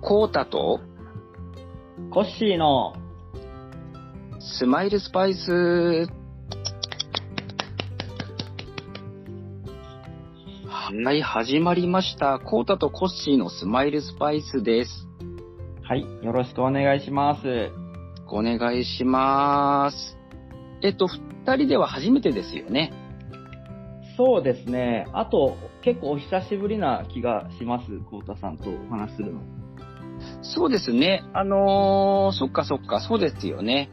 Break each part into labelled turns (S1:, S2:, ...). S1: コータと
S2: コッシーの、
S1: スマイルスパイス。はい、始まりました。コータとコッシーのスマイルスパイスです。
S2: はい、よろしくお願いします。
S1: お願いします。えっと、二人では初めてですよね。
S2: そうですね。あと、結構お久しぶりな気がします。コウタさんとお話しするの。
S1: そうですね。あのー、そっかそっか、そうですよね。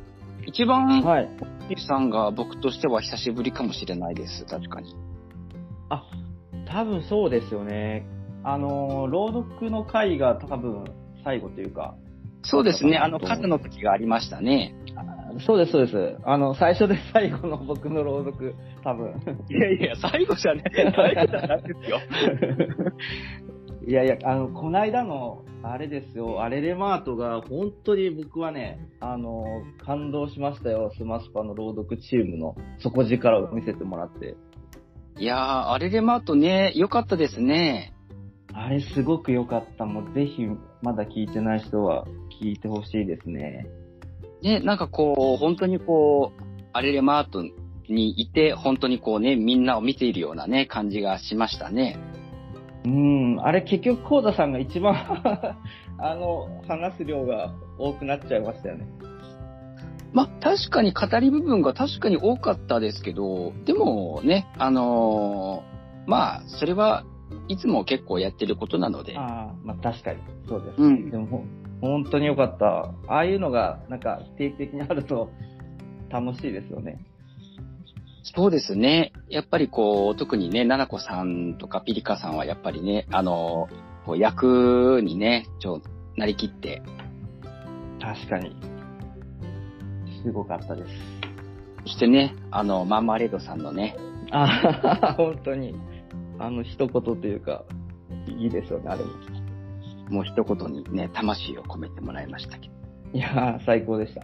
S1: 一番、
S2: はい。
S1: ゆうさんが僕としては久しぶりかもしれないです。確かに。
S2: あ、多分そうですよね。あのー、朗読の会が多分最後というか。
S1: そうですね。あの、数の時がありましたね。
S2: そうです、そうです。あの、最初で最後の僕の朗読、多分。
S1: いやいや、最後じゃね え。最後じゃないですよ。
S2: いやいや、あの、こないだの、あれですよ、アレレマートが、本当に僕はね、あの、感動しましたよ、スマスパの朗読チームの底力を見せてもらって。
S1: いやー、アレレマートね、良かったですね。
S2: あれすごく良かった。もうぜひ、まだ聞いてない人は聞いてほしいですね。
S1: ね、なんかこう、本当にこう、アレレマートにいて、本当にこうね、みんなを見ているようなね、感じがしましたね。
S2: うん、あれ結局、コーダさんが一番、 あの、話す量が多くなっちゃいましたよね。
S1: ま、確かに語り部分が確かに多かったですけど、でもね、あのーまあ、それはいつも結構やってることなので、
S2: ああ、まあ確かに、そうです。
S1: うん
S2: でもほん、本当に良かった。ああいうのが、なんか、定期的にあると、楽しいですよね。
S1: そうですね。やっぱりこう、特にね、ななこさんとかピリカさんはやっぱりね、あのーこう役にね、ちょ、なりきって、
S2: 確かに。すごかったです。
S1: そしてね、あの、マンマレードさんのね、
S2: ああ、本当に。あの、一言というか、いいですよね、あれも。
S1: もう一言にね、魂を込めてもらいましたけど。
S2: いやー、最高でした。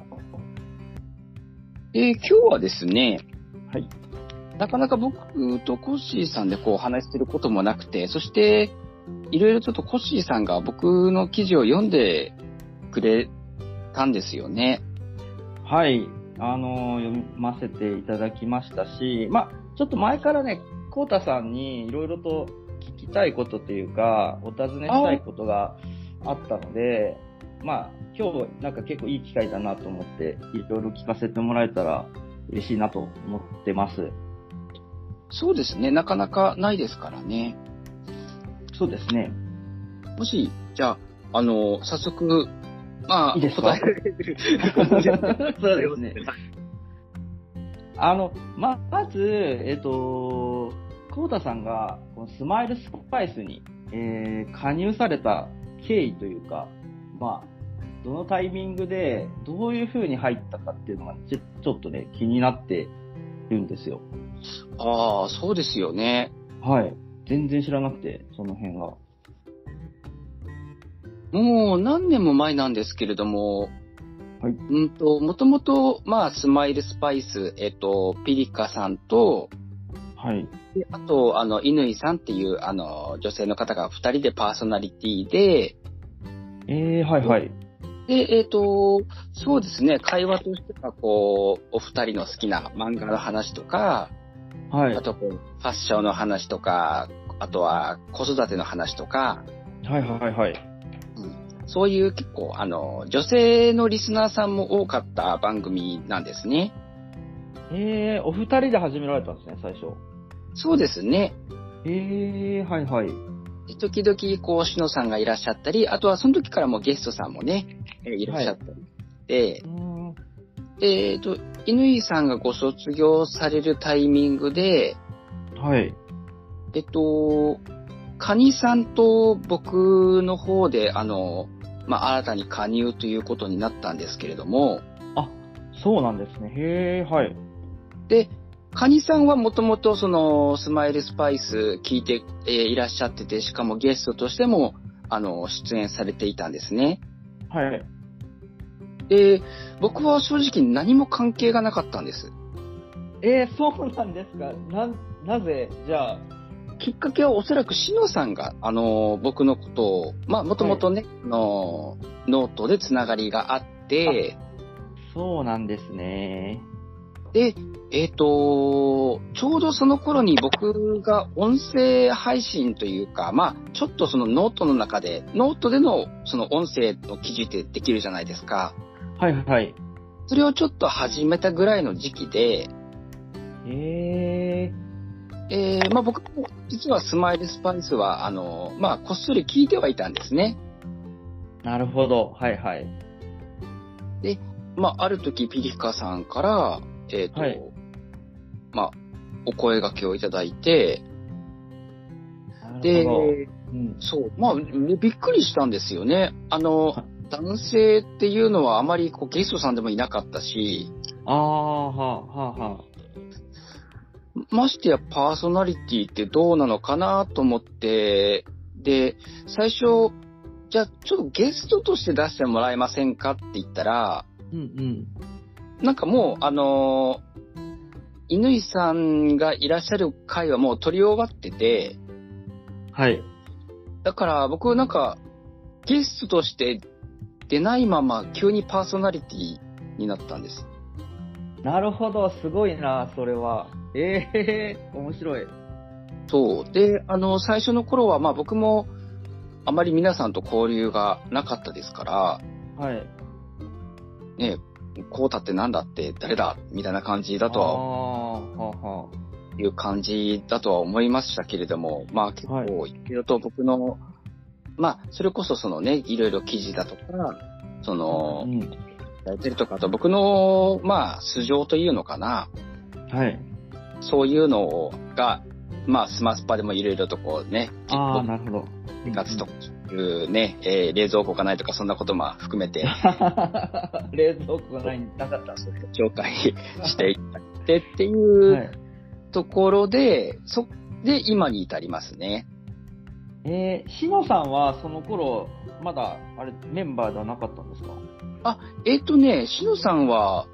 S1: えー今日はですね、
S2: はい。
S1: なかなか僕とコッシーさんでこうお話しすることもなくて、そして、いろいろちょっとコッシーさんが僕の記事を読んでくれたんですよね。
S2: はい。あのー読ませていただきましたし、まあ、ちょっと前からね、コウタさんにいろいろと聞きたいことというか、お尋ねしたいことがあったので、まあ、今日なんか結構いい機会だなと思って、いろいろ聞かせてもらえたら嬉しいなと思ってます。
S1: そうですね、なかなかないですからね。
S2: そうですね。
S1: もし、じゃあ、あの、早速、まあ、
S2: いいですか
S1: 答えられる
S2: そうですねあの、ま、まず、えっ、と、コウタさんが、このスマイルスパイスに、えー加入された経緯というか、まあ、どのタイミングで、どういう風に入ったかっていうのが、ちょちょっとね、気になってるんですよ。
S1: ああ、そうですよね。
S2: はい。全然知らなくて、その辺が。
S1: もう何年も前なんですけれども、
S2: はい
S1: うんと、もともと、まあ、スマイルスパイス、えっと、ピリカさんと、
S2: はい。
S1: であと、あの、乾さんっていう、あの、女性の方が二人でパーソナリティで、
S2: えー、はいはい。
S1: で、えっ、と、そうですね、会話としては、こう、お二人の好きな漫画の話とか、
S2: はい。
S1: あとこう、ファッションの話とか、あとは子育ての話とか、
S2: はいはいはい。
S1: そういう結構、あの、女性のリスナーさんも多かった番組なんですね。
S2: えー、お二人で始められたんですね、最初。
S1: そうですね。
S2: えー、はいはい。
S1: で時々、こう、しのさんがいらっしゃったり、あとはその時からもうゲストさんもね、えいらっしゃったり。で
S2: うー、ん
S1: でえっ、と、乾さんがご卒業されるタイミングで、
S2: はい。
S1: えっと、カニさんと僕の方で、あの、まあ、新たに加入ということになったんですけれども、
S2: そうなんですね。へー、はい。
S1: で、カニさんはもともとその、スマイルスパイス聞いて、えーいらっしゃってて、しかもゲストとしても、あの、出演されていたんですね。
S2: はい。
S1: で、僕は正直何も関係がなかったんです。
S2: えー、そうなんですか。なん、なぜ、じゃあ、
S1: きっかけはおそらくしのさんが、あのー僕のことを、まあ、もともとね、あのーノートでつながりがあって、
S2: そうなんですね。
S1: で、えっ、と、ちょうどその頃に僕が音声配信というか、まあ、ちょっとそのノートの中で、ノートでのその音声の記事ってできるじゃないですか。
S2: はいはい。
S1: それをちょっと始めたぐらいの時期で、
S2: え
S1: えー、まあ僕、実はスマイルスパイスは、あの、まあ、こっそり聞いてはいたんですね。
S2: ー、なるほど。はいはい。
S1: まあ、ある時、ピリカさんから、えっ、と、
S2: はい
S1: まあ、お声掛けをいただいて、
S2: なる
S1: で
S2: ほど。、うん、
S1: そう、まあ、ねびっくりしたんですよね。あの
S2: は、
S1: 男性っていうのはあまりこうゲストさんでもいなかったし、
S2: ああ、はあ、はあ、は
S1: ましてやパーソナリティってどうなのかなと思って、で、最初、じゃあちょっとゲストとして出してもらえませんかって言ったら、
S2: あ。うんうん。
S1: なんかもう、あのー、犬井さんがいらっしゃる回はもう撮り終わってて、
S2: はい。
S1: だから僕なんか、ゲストとして出ないまま急にパーソナリティになったんです。
S2: なるほど。すごいな、それは。ええー、面白い。
S1: そう。で、あの、最初の頃はまあ僕も、あまり皆さんと交流がなかったですから、
S2: はい。
S1: ね、こうたってなんだって誰だみたいな感じだと
S2: あ
S1: は
S2: あ、はあ、は
S1: いう感じだとは思いましたけれども、まあ結
S2: はい
S1: 構いろいろと僕の、まあそれこそそのね、いろいろ記事だとか、そ
S2: あ。
S1: の
S2: う、ん。
S1: やってるとかあと僕の、まあ素性というのかな、
S2: はい。
S1: そういうのをが、まあスマスパでもいろいろとこうね、
S2: ああ、なるほど。
S1: 生活とかいうね、えー冷蔵庫がないとかそんなことも含めて
S2: 冷蔵庫がないんなかった。
S1: 紹介していってっていう、
S2: はい。
S1: ところで、そ、で、今に至りますね。
S2: えー、しのさんはその頃、まだ、あれ、メンバーではなかったんですか
S1: えっ、とね、しのさんは、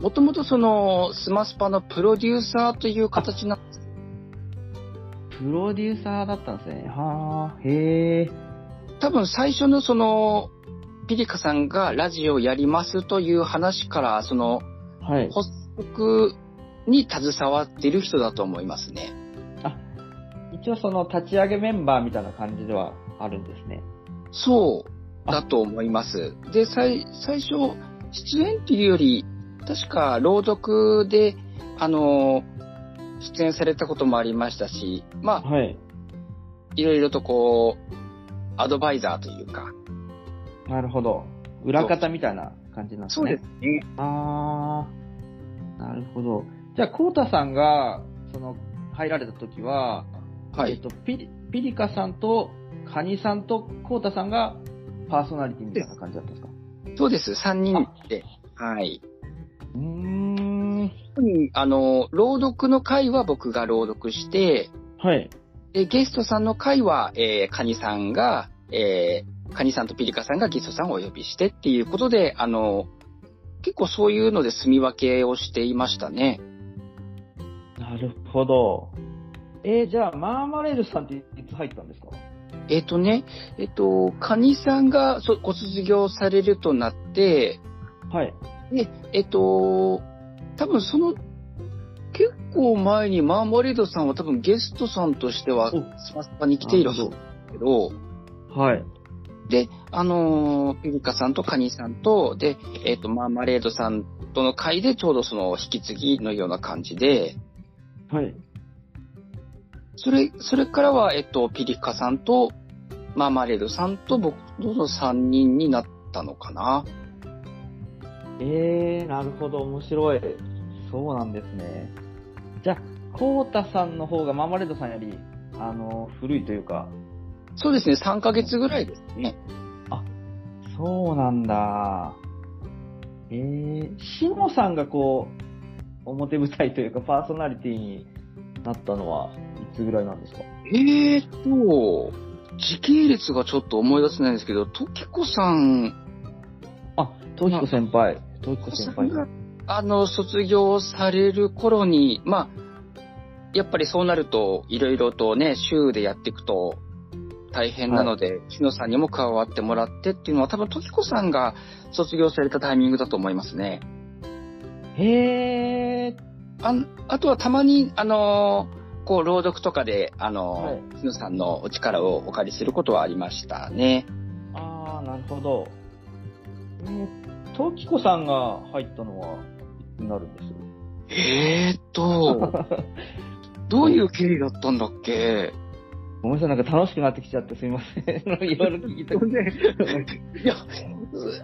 S1: もともとその、スマスパのプロデューサーという形な、
S2: プロデューサーだったんですね。はあ、へえ。
S1: 多分最初のその、ピリカさんがラジオやりますという話から、その、
S2: はい。
S1: 発足に携わっている人だと思いますね。
S2: 一応その立ち上げメンバーみたいな感じではあるんですね。
S1: そう、だと思います。で、最、最初、出演っていうより、確か朗読で、あの、出演されたこともありましたし、まあ、
S2: はい。
S1: いろいろとこう、アドバイザーというか。
S2: なるほど。裏方みたいな感じなんですね。
S1: すね。
S2: あー、なるほど。じゃあ、コウタさんが、その、入られた時は、
S1: は
S2: えっ
S1: い。
S2: と、ピリ、ピリカさんと、カニさんと、コウタさんが、パーソナリティみたいな感じだったんですか
S1: そうです。3人で。はい。
S2: うーん。
S1: 特にあの、朗読の回は僕が朗読して、
S2: はい。
S1: で、ゲストさんの回は、えー、カニさんが、えー、カニさんとピリカさんがゲストさんをお呼びしてっていうことで、あの、結構そういうので住み分けをしていましたね。
S2: なるほど。えー、じゃあ、マーマレードさんっていつ入ったんですか
S1: えっ、とね、えっ、と、カニさんがそご卒業されるとなって、
S2: はい。
S1: で、えっと、多分その、結構前にマーマレードさんは多分ゲストさんとしては
S2: お
S1: スパスパに来ているはずだけど、
S2: はい。
S1: で、あのーピリカさんとカニさんと、で、えっと、マーマレードさんとの会でちょうどその引き継ぎのような感じで、
S2: はい。
S1: それ、それからは、えっと、ピリカさんとマーマレードさんと僕の3人になったのかな。
S2: えー、なるほど、面白い。そうなんですね。じゃあ、コウタさんの方がマーマレードさんより、あの、古いというか、
S1: そうですね、3ヶ月ぐらいですね。
S2: そうなんだ。えー、シノさんがこう、表舞台というか、パーソナリティになったのは、いつぐらいなんですか
S1: えーと、時系列がちょっと思い出せないんですけど、トキコさん、
S2: あ、トキコ先輩。トキコ先輩。
S1: あの、卒業される頃に、まあ、やっぱりそうなると、いろいろとね、週でやっていくと大変なので、志、野、さんにも加わってもらってっていうのは、多分、時子さんが卒業されたタイミングだと思いますね。
S2: へえ。
S1: あんあとはたまに、あのーこう、朗読とかで、あ
S2: は
S1: の
S2: い
S1: ー、志、野、さんのお力をお借りすることはありましたね。
S2: ああ、なるほど。えー、ときこさんが入ったのは、いつになるんです
S1: えーっ と、どういう経緯だったんだっけ
S2: ごめんなさい、なんか楽しくなってきちゃってすみません。 いろいろ聞いたことね。
S1: いや、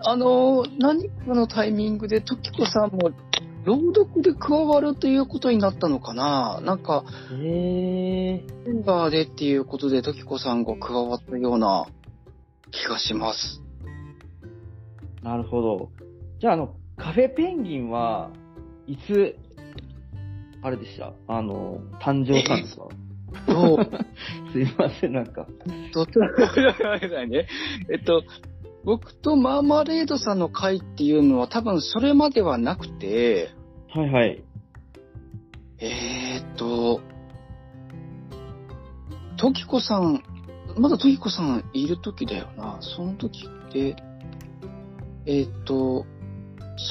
S1: あのー何かのタイミングで、ときこさんも、朗読で加わるということになったのかななんか、
S2: へえ。
S1: メンバーでっていうことで、ときこさんが加わったような気がします。
S2: なるほど。じゃあ、あの、カフェペンギンは、いつ、あれでしたあの、誕生したんですか
S1: そう。
S2: すいません、なんか。
S1: と、ね。えっと、僕とマーマレードさんの会っていうのは多分それまではなくて、
S2: はいはい。
S1: えーっと、トキコさん、まだトキコさんいる時だよな。その時って、えーっと、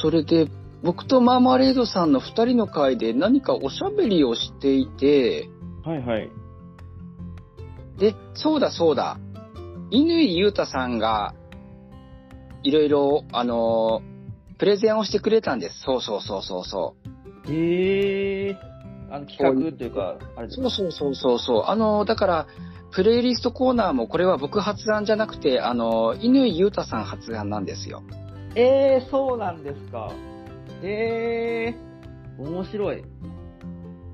S1: それで、僕とマーマレードさんの二人の会で何かおしゃべりをしていて、
S2: はいはい。
S1: で、そうだそうだ。犬井優太さんが、いろいろ、あのープレゼンをしてくれたんです。そうそうそうそうそう。
S2: へえ。あの、企画というか、あれです
S1: そうそうそうそうそう。あのーだから、プレイリストコーナーもこれは僕発案じゃなくて、あのー、犬井優太さん発案なんですよ。
S2: えー、そうなんですか。えー、面白い。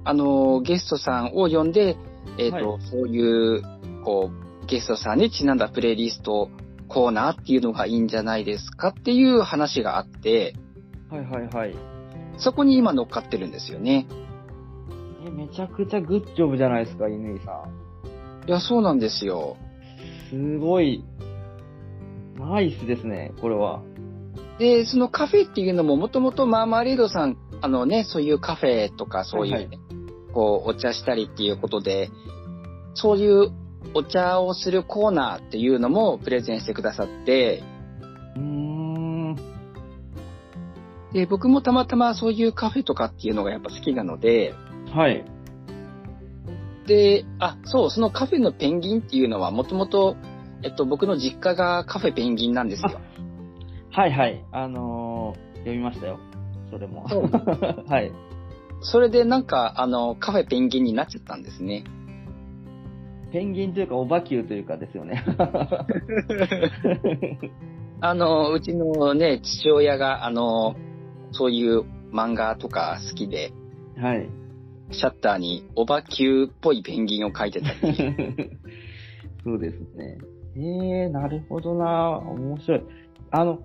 S1: あのーゲストさんを呼んで、えっ、と、
S2: は
S1: そういう、こう、ゲストさんにちなんだプレイリストコーナーっていうのがいいんじゃないですかっていう話があって、
S2: はいはいはい。
S1: そこに今乗っかってるんですよね。
S2: え、めちゃくちゃグッジョブじゃないですか、犬井さん。
S1: いや、そうなんですよ。
S2: すごい、ナイスですね、これは。
S1: で、そのカフェっていうのも、もともとマーマレードさん、あのね、そういうカフェとか、そういう、ね
S2: はいは
S1: こう、お茶したりっていうことで、そういうお茶をするコーナーっていうのもプレゼンしてくださって、
S2: うーん。
S1: で、僕もたまたまそういうカフェとかっていうのがやっぱ好きなので、
S2: はい。
S1: で、あ、そう、そのカフェのペンギンっていうのは、もともと、えっと、僕の実家がカフェペンギンなんですよ。
S2: はいはい。あのー、読みましたよ。それも。
S1: そう
S2: はい。
S1: それでなんか、あの、カフェペンギンになっちゃったんですね。
S2: ペンギンというか、オバキューというかですよね。
S1: あの、うちのね、父親が、あの、そういう漫画とか好きで、
S2: はい。
S1: シャッターにオバ級っぽいペンギンを描い てたり。
S2: そうですね。えー、なるほどな面白い。あの、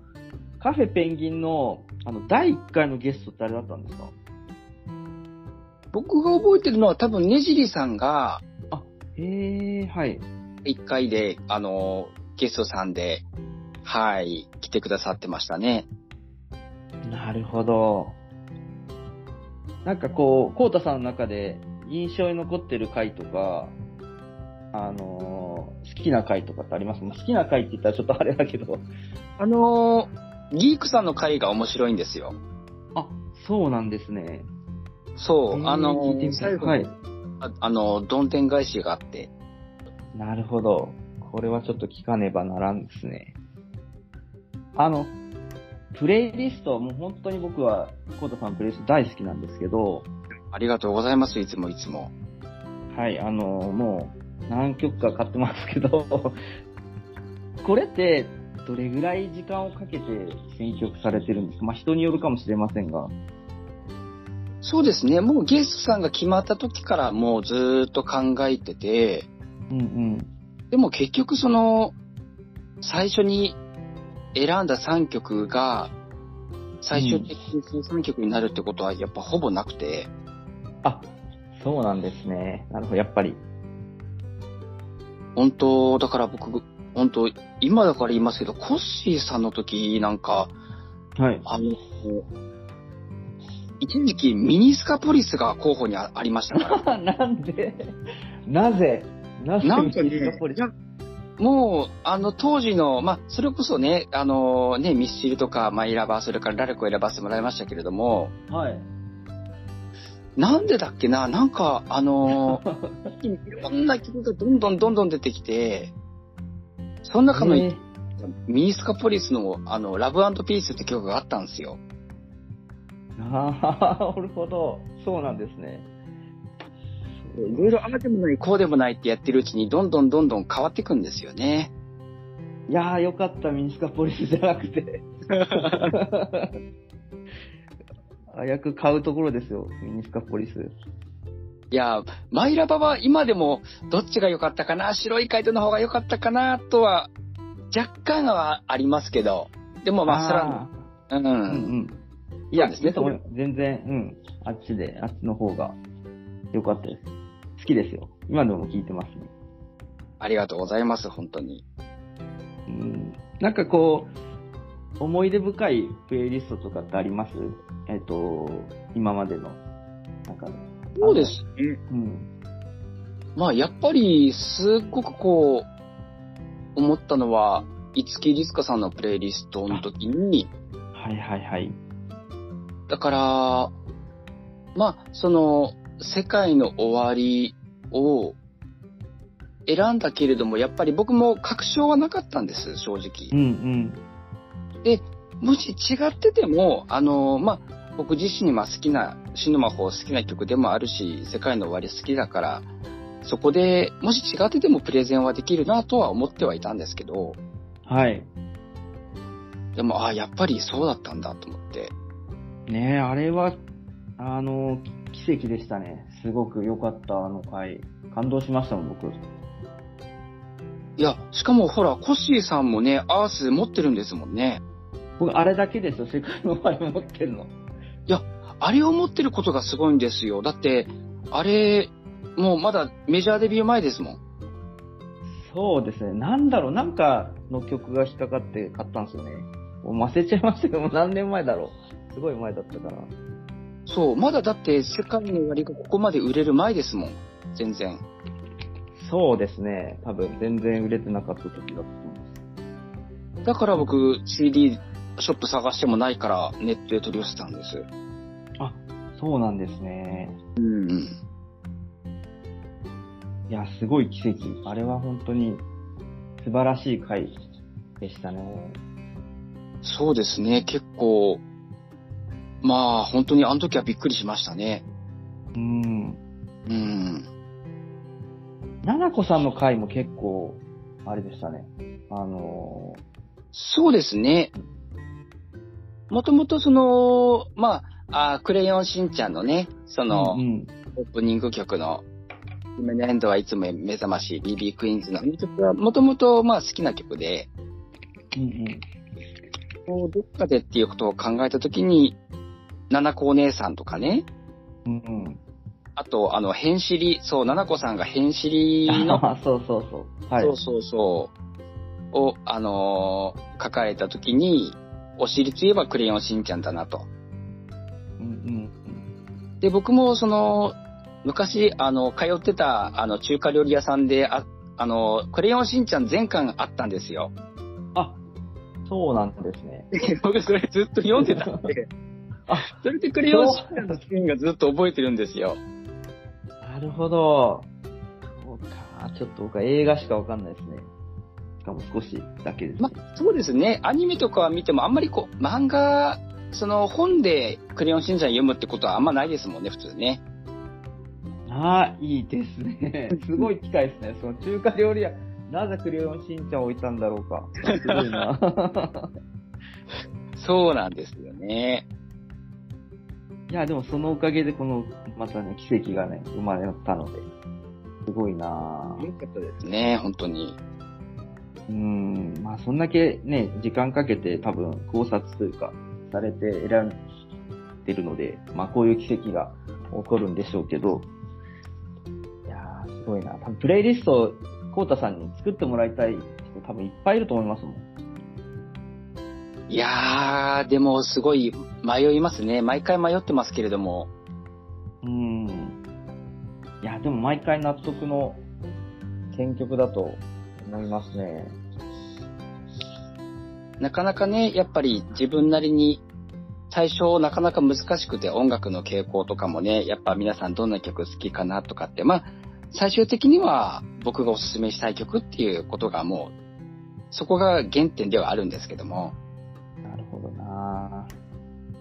S2: カフェペンギンの、あの、第1回のゲストってあれだったんですか
S1: 僕が覚えてるのは多分、ねじりさんが
S2: えー、はい。
S1: 1回で、あの、ゲストさんで、はい、来てくださってましたね。
S2: なるほど。なんかこう、コウタさんの中で印象に残ってる回とか、あのー好きな回とかってありますまあ好きな回って言ったらちょっとあれだけど。
S1: あの、ギークさんの回が面白いんですよ。
S2: あ、そうなんですね。
S1: そう、あ
S2: えー聞
S1: の
S2: いて、みたい
S1: 最後
S2: は
S1: に
S2: い。
S1: ああの、どんでん返しがあって、
S2: なるほど。これはちょっと聞かねばならんですね。あの、プレイリスト、もう本当に僕は、コートさんのプレイリスト大好きなんですけど、
S1: ありがとうございます、いつもいつも。
S2: はい、あの、もう、何曲か買ってますけど、 これって、どれぐらい時間をかけて選曲されてるんですかまあ、人によるかもしれませんが。
S1: そうですね。もうゲストさんが決まった時からもうずーっと考えてて、
S2: うんうん。
S1: でも結局その、最初に選んだ3曲が、最終的にその3曲になるってことはやっぱほぼなくて、
S2: あ、そうなんですね。なるほど、やっぱり。
S1: 本当、だから僕、本当、今だから言いますけど、コッシーさんの時なんか、
S2: はい。
S1: あの、一時期ミニスカポリスが候補にあありましたから。
S2: なんで なぜなぜ
S1: なんかね
S2: ミニスカポリ
S1: いやもう、あの、当時の、まあ、それこそね、あの、ね、ミスチルとか、マイラバー、それからラルクを選ばせてもらいましたけれども、
S2: はい。
S1: なんでだっけな、なんか、あの、いろんな曲がどんどんどんどん出てきて、その中の
S2: えー
S1: ミニスカポリスの、あの、ラブピースって曲があったんですよ。
S2: ああ、なるほど。そうなんですね。
S1: いろいろああでもない、こうでもないってやってるうちに、どんどんどんどん変わっていくんですよね。
S2: いやー、よかった、ミニスカポリスじゃなくて。早く買うところですよ、ミニスカポリス。
S1: いや、マイラバは今でも、どっちが良かったかな、白い回答の方が良かったかな、とは、若干はありますけど、でもまあ、そら、う
S2: あーうん
S1: ん。
S2: うん。いや、
S1: そうですね
S2: いいと思います全然、うん。あっちで、あっちの方が良かったです。好きですよ。今でも聞いてますね。
S1: ありがとうございます、本当に。
S2: うん。なんかこう、思い出深いプレイリストとかってありますえっ、と、今までの。なんか、
S1: そうですね。
S2: うん。
S1: まあ、やっぱり、すっごくこう、思ったのは、五木りつかさんのプレイリストの時に、
S2: はいはいはい。
S1: だから、まあ、その、世界の終わりを選んだけれども、やっぱり僕も確証はなかったんです、正
S2: うん
S1: 直。
S2: うん。
S1: もし違ってても、あの、まあ、僕自身は好きな、死ぬ魔法好きな曲でもあるし、世界の終わり好きだから、そこで、もし違っててもプレゼンはできるなとは思ってはいたんですけど、
S2: はい。
S1: でも、ああ、やっぱりそうだったんだと思って。
S2: ねえ、あれは、あの、き奇跡でしたね。すごく良かった、あの回。感動しましたもん、僕。
S1: いや、しかもほら、コッシーさんもね、アース持ってるんですもんね。
S2: 僕、あれだけですよ、世界の終わり持ってるの。
S1: あれを持ってることがすごいんですよ。だって、あれ、もうまだメジャーデビュー前ですもん。
S2: そうですね。なんだろう、なんかの曲が引っかかって買ったんですよね。もう忘れちゃいましたけど、もう何年前だろう。すごい前だったから。
S1: そう、まだだって世界の終わりがここまで売れる前ですもん。全然。
S2: そうですね。多分、全然売れてなかった時だと思います。
S1: だから僕、CD ショップ探してもないからネットで取り寄せたんです。
S2: そうなんですね。
S1: うん。
S2: いや、すごい奇跡。あれは本当に素晴らしい回でしたね。
S1: そうですね、結構。まあ、本当にあの時はびっくりしましたね。
S2: うん。
S1: うん。
S2: ななこさんの回も結構、あれでしたね。あの
S1: そうですね。もともとその、まあ、あークレヨンしんちゃんのね、そ
S2: ー、
S1: の、
S2: うん、
S1: オープニング曲の、夢のエンドはいつも目覚ましい BB クイーンズの、あの曲はもともとまあ好きな曲で、
S2: うん、うん。
S1: こうどっかでっていうことを考えたときに、七子お姉さんとかね、
S2: うん、うん。
S1: あと、あの、変知り、そう、七子さんが変知り の、
S2: あ そうそうそう。はい。
S1: そうそうそう、を、あのー書かれたときに、お尻といえばクレヨンしんちゃんだなと。
S2: うん、
S1: で、僕もその、昔、あの、通ってた、あの、中華料理屋さんで、ああの、クレヨンしんちゃん全巻あったんですよ。
S2: うん。あ、そうなんですね。
S1: 僕それずっと読ん でたんで
S2: あ、
S1: それでクレヨンしんちゃんのシーンがずっと覚えてるんですよ。
S2: なるほど。そうか。ちょっと僕は映画しかわかんないですね。しかも少しだけですね
S1: ま。、そうですね。アニメとかは見てもあんまりこう、漫画、その本でクレヨンしんちゃん読むってことはあんまないですもんね、普通ね。
S2: ああ、いいですね。すごい機会ですね。その中華料理屋、なぜクレヨンしんちゃんを置いたんだろうか。すごいな。
S1: そうなんですよね。
S2: いや、でもそのおかげでこの、またね、奇跡がね、生まれたので、すごいなぁ。
S1: よかったですね、本当に。
S2: うん、まあそんだけね、時間かけて多分考察というか、されて選んでるので、まあこういう奇跡が起こるんでしょうけど、いやーすごいな多分プレイリスト、コウタさんに作ってもらいたい人多分いっぱいいると思いますもん。
S1: いやー、でもすごい迷いますね。毎回迷ってますけれども。
S2: うん。いや、でも毎回納得の選曲だと思いますね。
S1: なかなかね、やっぱり自分なりに最初なかなか難しくて音楽の傾向とかもね、やっぱ皆さんどんな曲好きかなとかって、まあ、最終的には僕がおすすめしたい曲っていうことがもう、そこが原点ではあるんですけども。
S2: なるほどな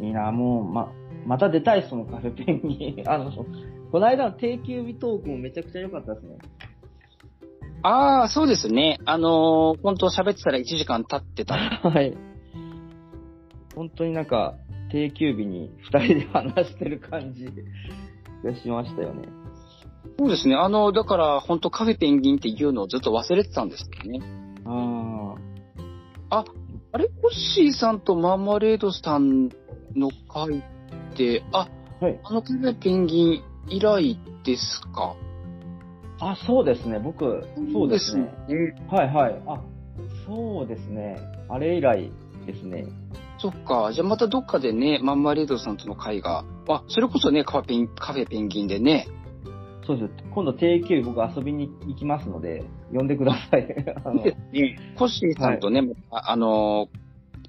S2: いいなもう、ま、また出たいっすもん、カフェペンに。 あの、この間の定休日トークもめちゃくちゃ良かったですね。
S1: ああ、そうですね。あのー本当喋ってたら1時間経ってた。
S2: はい。本当になんか、定休日に二人で話してる感じ がしましたよね。
S1: そうですね。あの、だから本当カフェペンギンっていうのをずっと忘れてたんですよね。
S2: あ
S1: あれコッシーさんとマーマレードさんの回って、あ、
S2: はい
S1: あのカフェペンギン以来ですか。
S2: あ。あ、そうですね。僕、そうですね。
S1: そうですね。
S2: はいはい。あ、そうですね。あれ以来ですね。
S1: そっか。じゃあまたどっかでね、マーマレードさんとの会が。あ、それこそね、カフェペン、カフェペンギンでね。
S2: そうです。今度定休日僕遊びに行きますので、呼んでください。 あの
S1: コッシーさんとね、ああのー、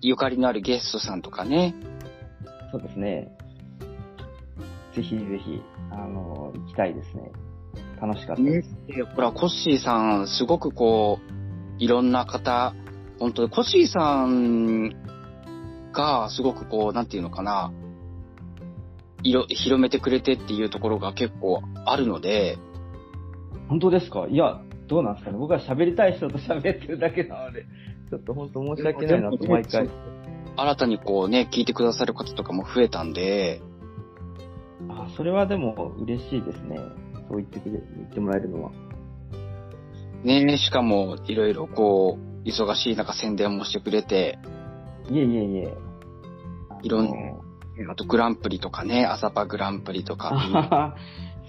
S1: ゆかりのあるゲストさんとかね。
S2: そうですね。ぜひぜひ、あの、行きたいですね。楽しかったです。
S1: でほら、コッシーさん、すごくこう、いろんな方、本当にコッシーさんが、すごくこう、なんていうのかな、いろ広めてくれてっていうところが結構あるので、
S2: 本当ですかいや、どうなんですかね。僕は喋りたい人と喋ってるだけなので、ちょっと本当申し訳ないなと、毎回。。
S1: 新たにこうね、聞いてくださる方とかも増えたんで、
S2: あ、それはでも嬉しいですね。そう言ってくれ、言ってもらえるのは。
S1: ね、しかも、いろいろこう、忙しい中宣伝もしてくれて、
S2: いえいえいえ。
S1: いろんな
S2: あの
S1: あとグランプリとかね、朝パグランプリと
S2: あは
S1: か、
S2: は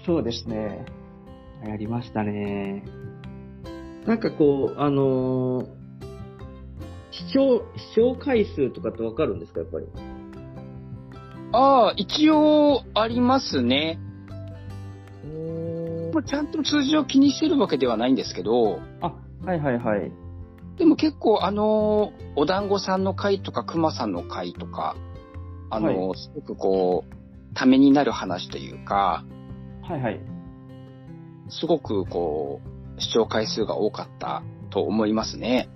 S2: そうですね。やりましたね。なんかこう、あのー視聴、視聴回数とかってわかるんですか、やっぱり。
S1: ああ、一応ありますね。
S2: お
S1: まあちゃんと数字を気にしてるわけではないんですけど、
S2: あ、はいはいはい。
S1: でも結構あのー、お団子さんの会とか、熊さんの会とか、あのー、すごくこう、ためになる話というか、
S2: はいはい。
S1: すごくこう、視聴回数が多かったと思いますね。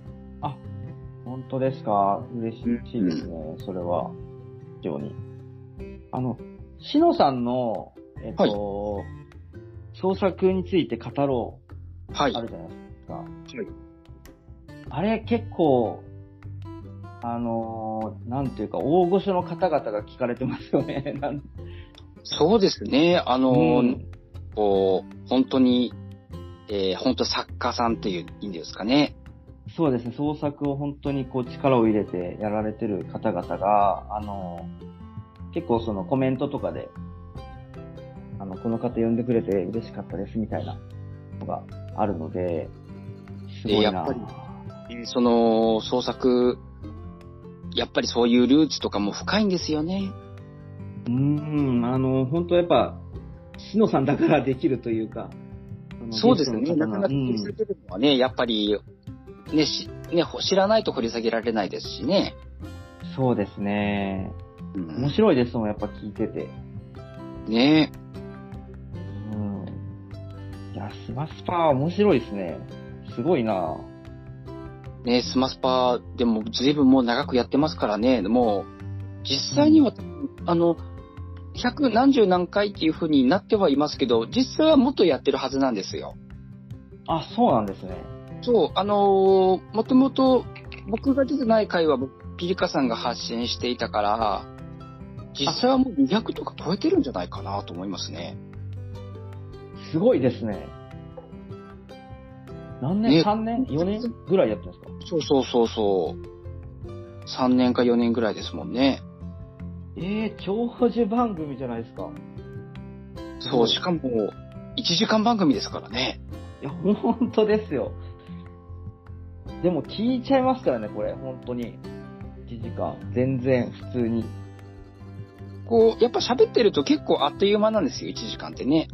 S2: 本当ですか嬉しいですね、それは。非常に。あの、しのさんの、えっと、
S1: はい
S2: 創作について語ろう、
S1: はい
S2: あ。るじゃないですか。あれ結構、あのーなんていうか、大御所の方々が聞かれてますよね。 なん
S1: そうですね。あのー、
S2: うん
S1: こう、本当に、えー、本当作家さんっていう、いいんですかね。
S2: そうですね、創作を本当にこう力を入れてやられてる方々が、あの、結構そのコメントとかで、あの、この方呼んでくれて嬉しかったですみたいなのがあるので、すごい
S1: え
S2: な。
S1: やっぱりその、創作、やっぱりそういうルーツとかも深いんですよね。
S2: うーん、あの、本当やっぱ、しのさんだからできるというか、
S1: そうですね。
S2: ゲスト
S1: な
S2: の
S1: かな
S2: 方が
S1: か掘り下げるのはね、やっぱり、ね、し、ね、ほ知らないと掘り下げられないですしね。
S2: うんそうですね。
S1: う
S2: 面
S1: ん、
S2: 白いですもん、やっぱ聞いてて。
S1: ね
S2: うん。いや、スマスパー面白いですね。すごいな
S1: ねスマスパでも随分もう長くやってますからね、もう、実際には、あの、百何十何回っていう風になってはいますけど、実際はもっとやってるはずなんですよ。
S2: あ、そうなんですね。
S1: そう、あのーもともと僕が出てない回は僕ピリカさんが発信していたから、実際はもう200とか超えてるんじゃないかなと思いますね。
S2: すごいですね。何年、
S1: ね
S2: ?3 年 ?4 年ぐらいやってるんですか
S1: そうそうそうそう。3年か4年ぐらいですもんね。
S2: ええ長寿番組じゃないですか。
S1: そう、しかも、1時間番組ですからね。
S2: いや、 本当ですよ。でも聞いちゃいますからね、これ、本当に。 1時間、全然普通に。
S1: こう、やっぱ喋ってると結構あっという間なんですよ、1時間ってね。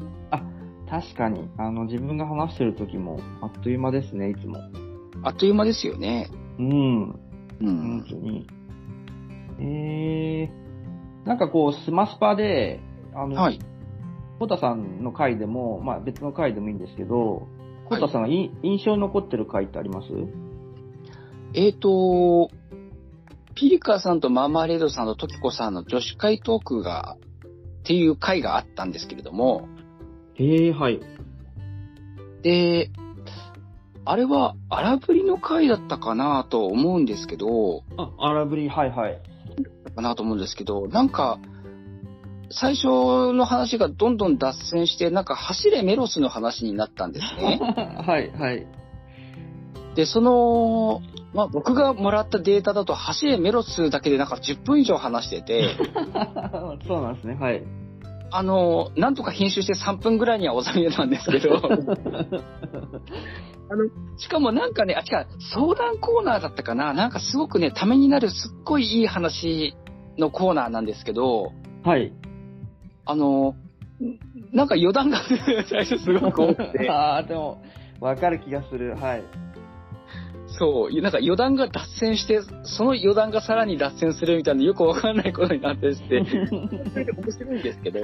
S2: 確かに、あの、自分が話してる時も、あっという間ですね、いつも。
S1: あっという間ですよね。
S2: うん、
S1: う
S2: 本
S1: ん。
S2: 当に。えー、なんかこう、スマスパで、あの、
S1: はい。
S2: コタさんの回でも、まあ別の回でもいいんですけど、コ
S1: はい
S2: タさんがい、印象に残ってる回ってあります
S1: えっ、と、ピリカさんとマーマレードさんとトキコさんの女子会トークが、っていう会があったんですけれども、
S2: ええはい。
S1: で、あれは荒ぶりの会だったかなと思うんですけど、
S2: あ、荒ぶり、はいはい。
S1: かなと思うんですけど、なんか、最初の話がどんどん脱線して、なんか走れメロスの話になったんです ね。
S2: はいはい。
S1: で、その、まあ、僕がもらったデータだと、走れメロスだけでなんか10分以上話してて、
S2: そうなんですね、はい。
S1: あの、なんとか編集して3分ぐらいには収めたんですけど、しかもなんかね、あ、違う、相談コーナーだったかななんかすごくね、ためになるすっごいいい話のコーナーなんですけど、
S2: はい。、
S1: あの、んなんか余談が最初すごく多くて
S2: ああ、でも、わかる気がする。はい。
S1: そう、なんか余談が脱線して、その余談がさらに脱線するみたいな、よくわかんないことになってして、それで面白いんですけど、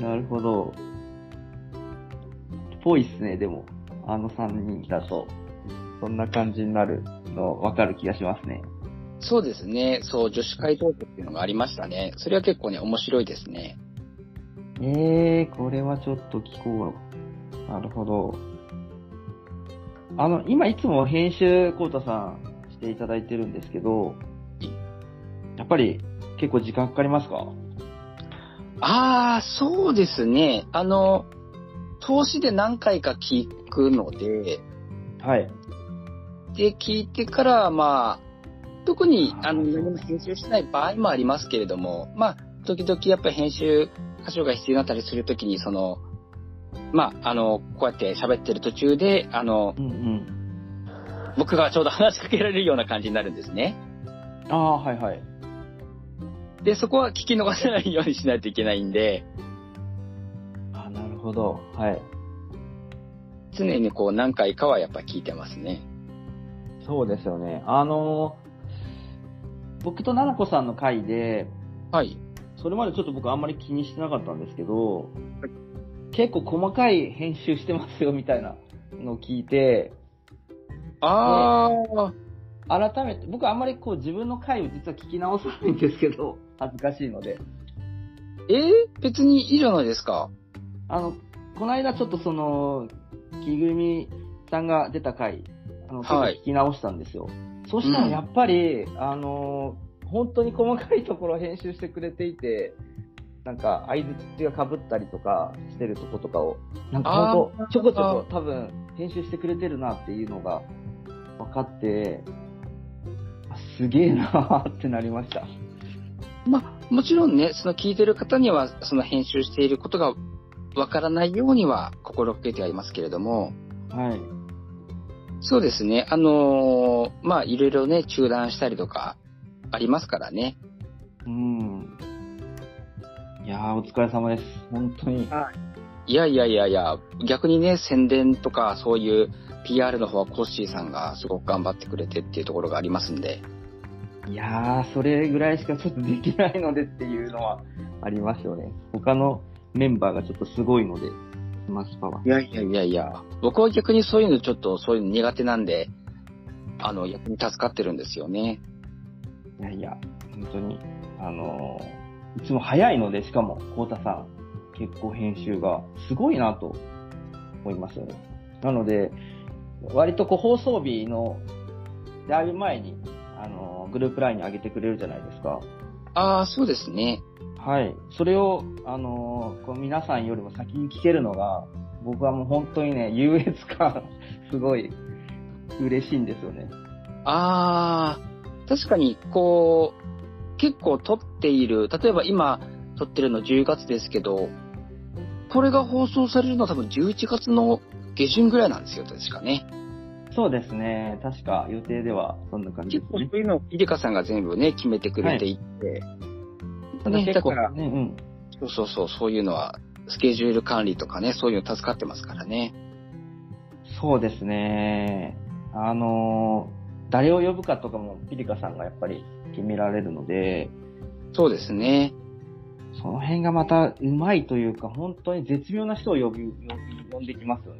S2: なるほど。ぽいっすね、でも。あの3人だと。そんな感じになるの、わかる気がしますね。
S1: そうですね、そう、女子会トークっていうのがありましたね。それは結構ね、面白いですね。
S2: ええー、これはちょっと聞こう。なるほど。あの、今いつも編集、コウタさんしていただいてるんですけど、やっぱり結構時間かかりますか
S1: あー、そうですね、あの、投資で何回か聞くので、
S2: はい。
S1: で、聞いてから、まあ、特に、
S2: あー
S1: あの、何も編集してない場合もありますけれども、まあ、時々やっぱり編集箇所が必要になったりするときに、その、まあ、あの、こうやって喋ってる途中で、あの、
S2: うんうん。
S1: 僕がちょうど話しかけられるような感じになるんですね。
S2: ああ、はいはい。
S1: で、そこは聞き逃さないようにしないといけないんで、
S2: ああ、なるほど。はい。
S1: 常にこう何回かはやっぱ聞いてますね。
S2: そうですよね。あのー僕と奈々子さんの回で、
S1: はい。
S2: それまでちょっと僕あんまり気にしてなかったんですけど、結構細かい編集してますよみたいなのを聞いて、
S1: ああ、
S2: 改めて、僕あんまりこう自分の回を実は聞き直さないんですけど、恥ずかしいので。
S1: えー別にいいじゃないですか。
S2: あの、この間ちょっとその、木組さんが出た回、あの、ちょっと
S1: はい
S2: 聞き直したんですよ。そしたらやっぱり、あの、本当に細かいところを編集してくれていて、なんか、相槌が被ったりとかしてるとことかを、なんか本
S1: あ
S2: 当
S1: ー、
S2: ちょこちょこ多分、編集してくれてるなっていうのが分かって、あすげえなーってなりました。
S1: まあ、もちろんね、その聞いてる方には、その編集していることがわからないようには心がけてはいますけれども、
S2: はい。
S1: そうですね、あのーまあ、いろいろね、中断したりとか、ありますからね。
S2: うん。いやー、お疲れ様です。本当に。
S1: いやいやいやいや、逆にね、宣伝とか、そういう PR の方はコッシーさんがすごく頑張ってくれてっていうところがありますんで。
S2: いやー、それぐらいしかちょっとできないのでっていうのはありますよね。他のメンバーがちょっとすごいので、スマスパは。
S1: いやいやいやいや、僕は逆にそういうのちょっと、そういうの苦手なんで、あの、逆に助かってるんですよね。
S2: いやいや、本当に。あのー、いつも早いので、しかも、コウタさん、結構編集がすごいなと思いますよね。なので、割とこう放送日の、だいぶ前に、あのー、グループラインに上げてくれるじゃないですか。
S1: ああ、そうですね。
S2: はい。それを、あのーこう皆さんよりも先に聞けるのが、僕はもう本当にね、優越感、すごい、嬉しいんですよね。
S1: ああ、確かに、こう、結構撮っている、例えば今撮ってるの10月ですけど、これが放送されるのは多分11月の下旬ぐらいなんですよ、確かね。
S2: そうですね。確か予定ではそんな感じ
S1: 結
S2: です
S1: 構
S2: ね。
S1: そういうのを、いでかさんが全部ね、決めてくれていて、
S2: ただ
S1: ね
S2: 結構、
S1: だから
S2: ね、うん。
S1: そうそうそう、そういうのは、スケジュール管理とかね、そういうの助かってますからね。
S2: そうですね。あのー誰を呼ぶかとかもピリカさんがやっぱり決められるので、
S1: そうですね。
S2: その辺がまたうまいというか、本当に絶妙な人を呼び、呼び呼んできますよ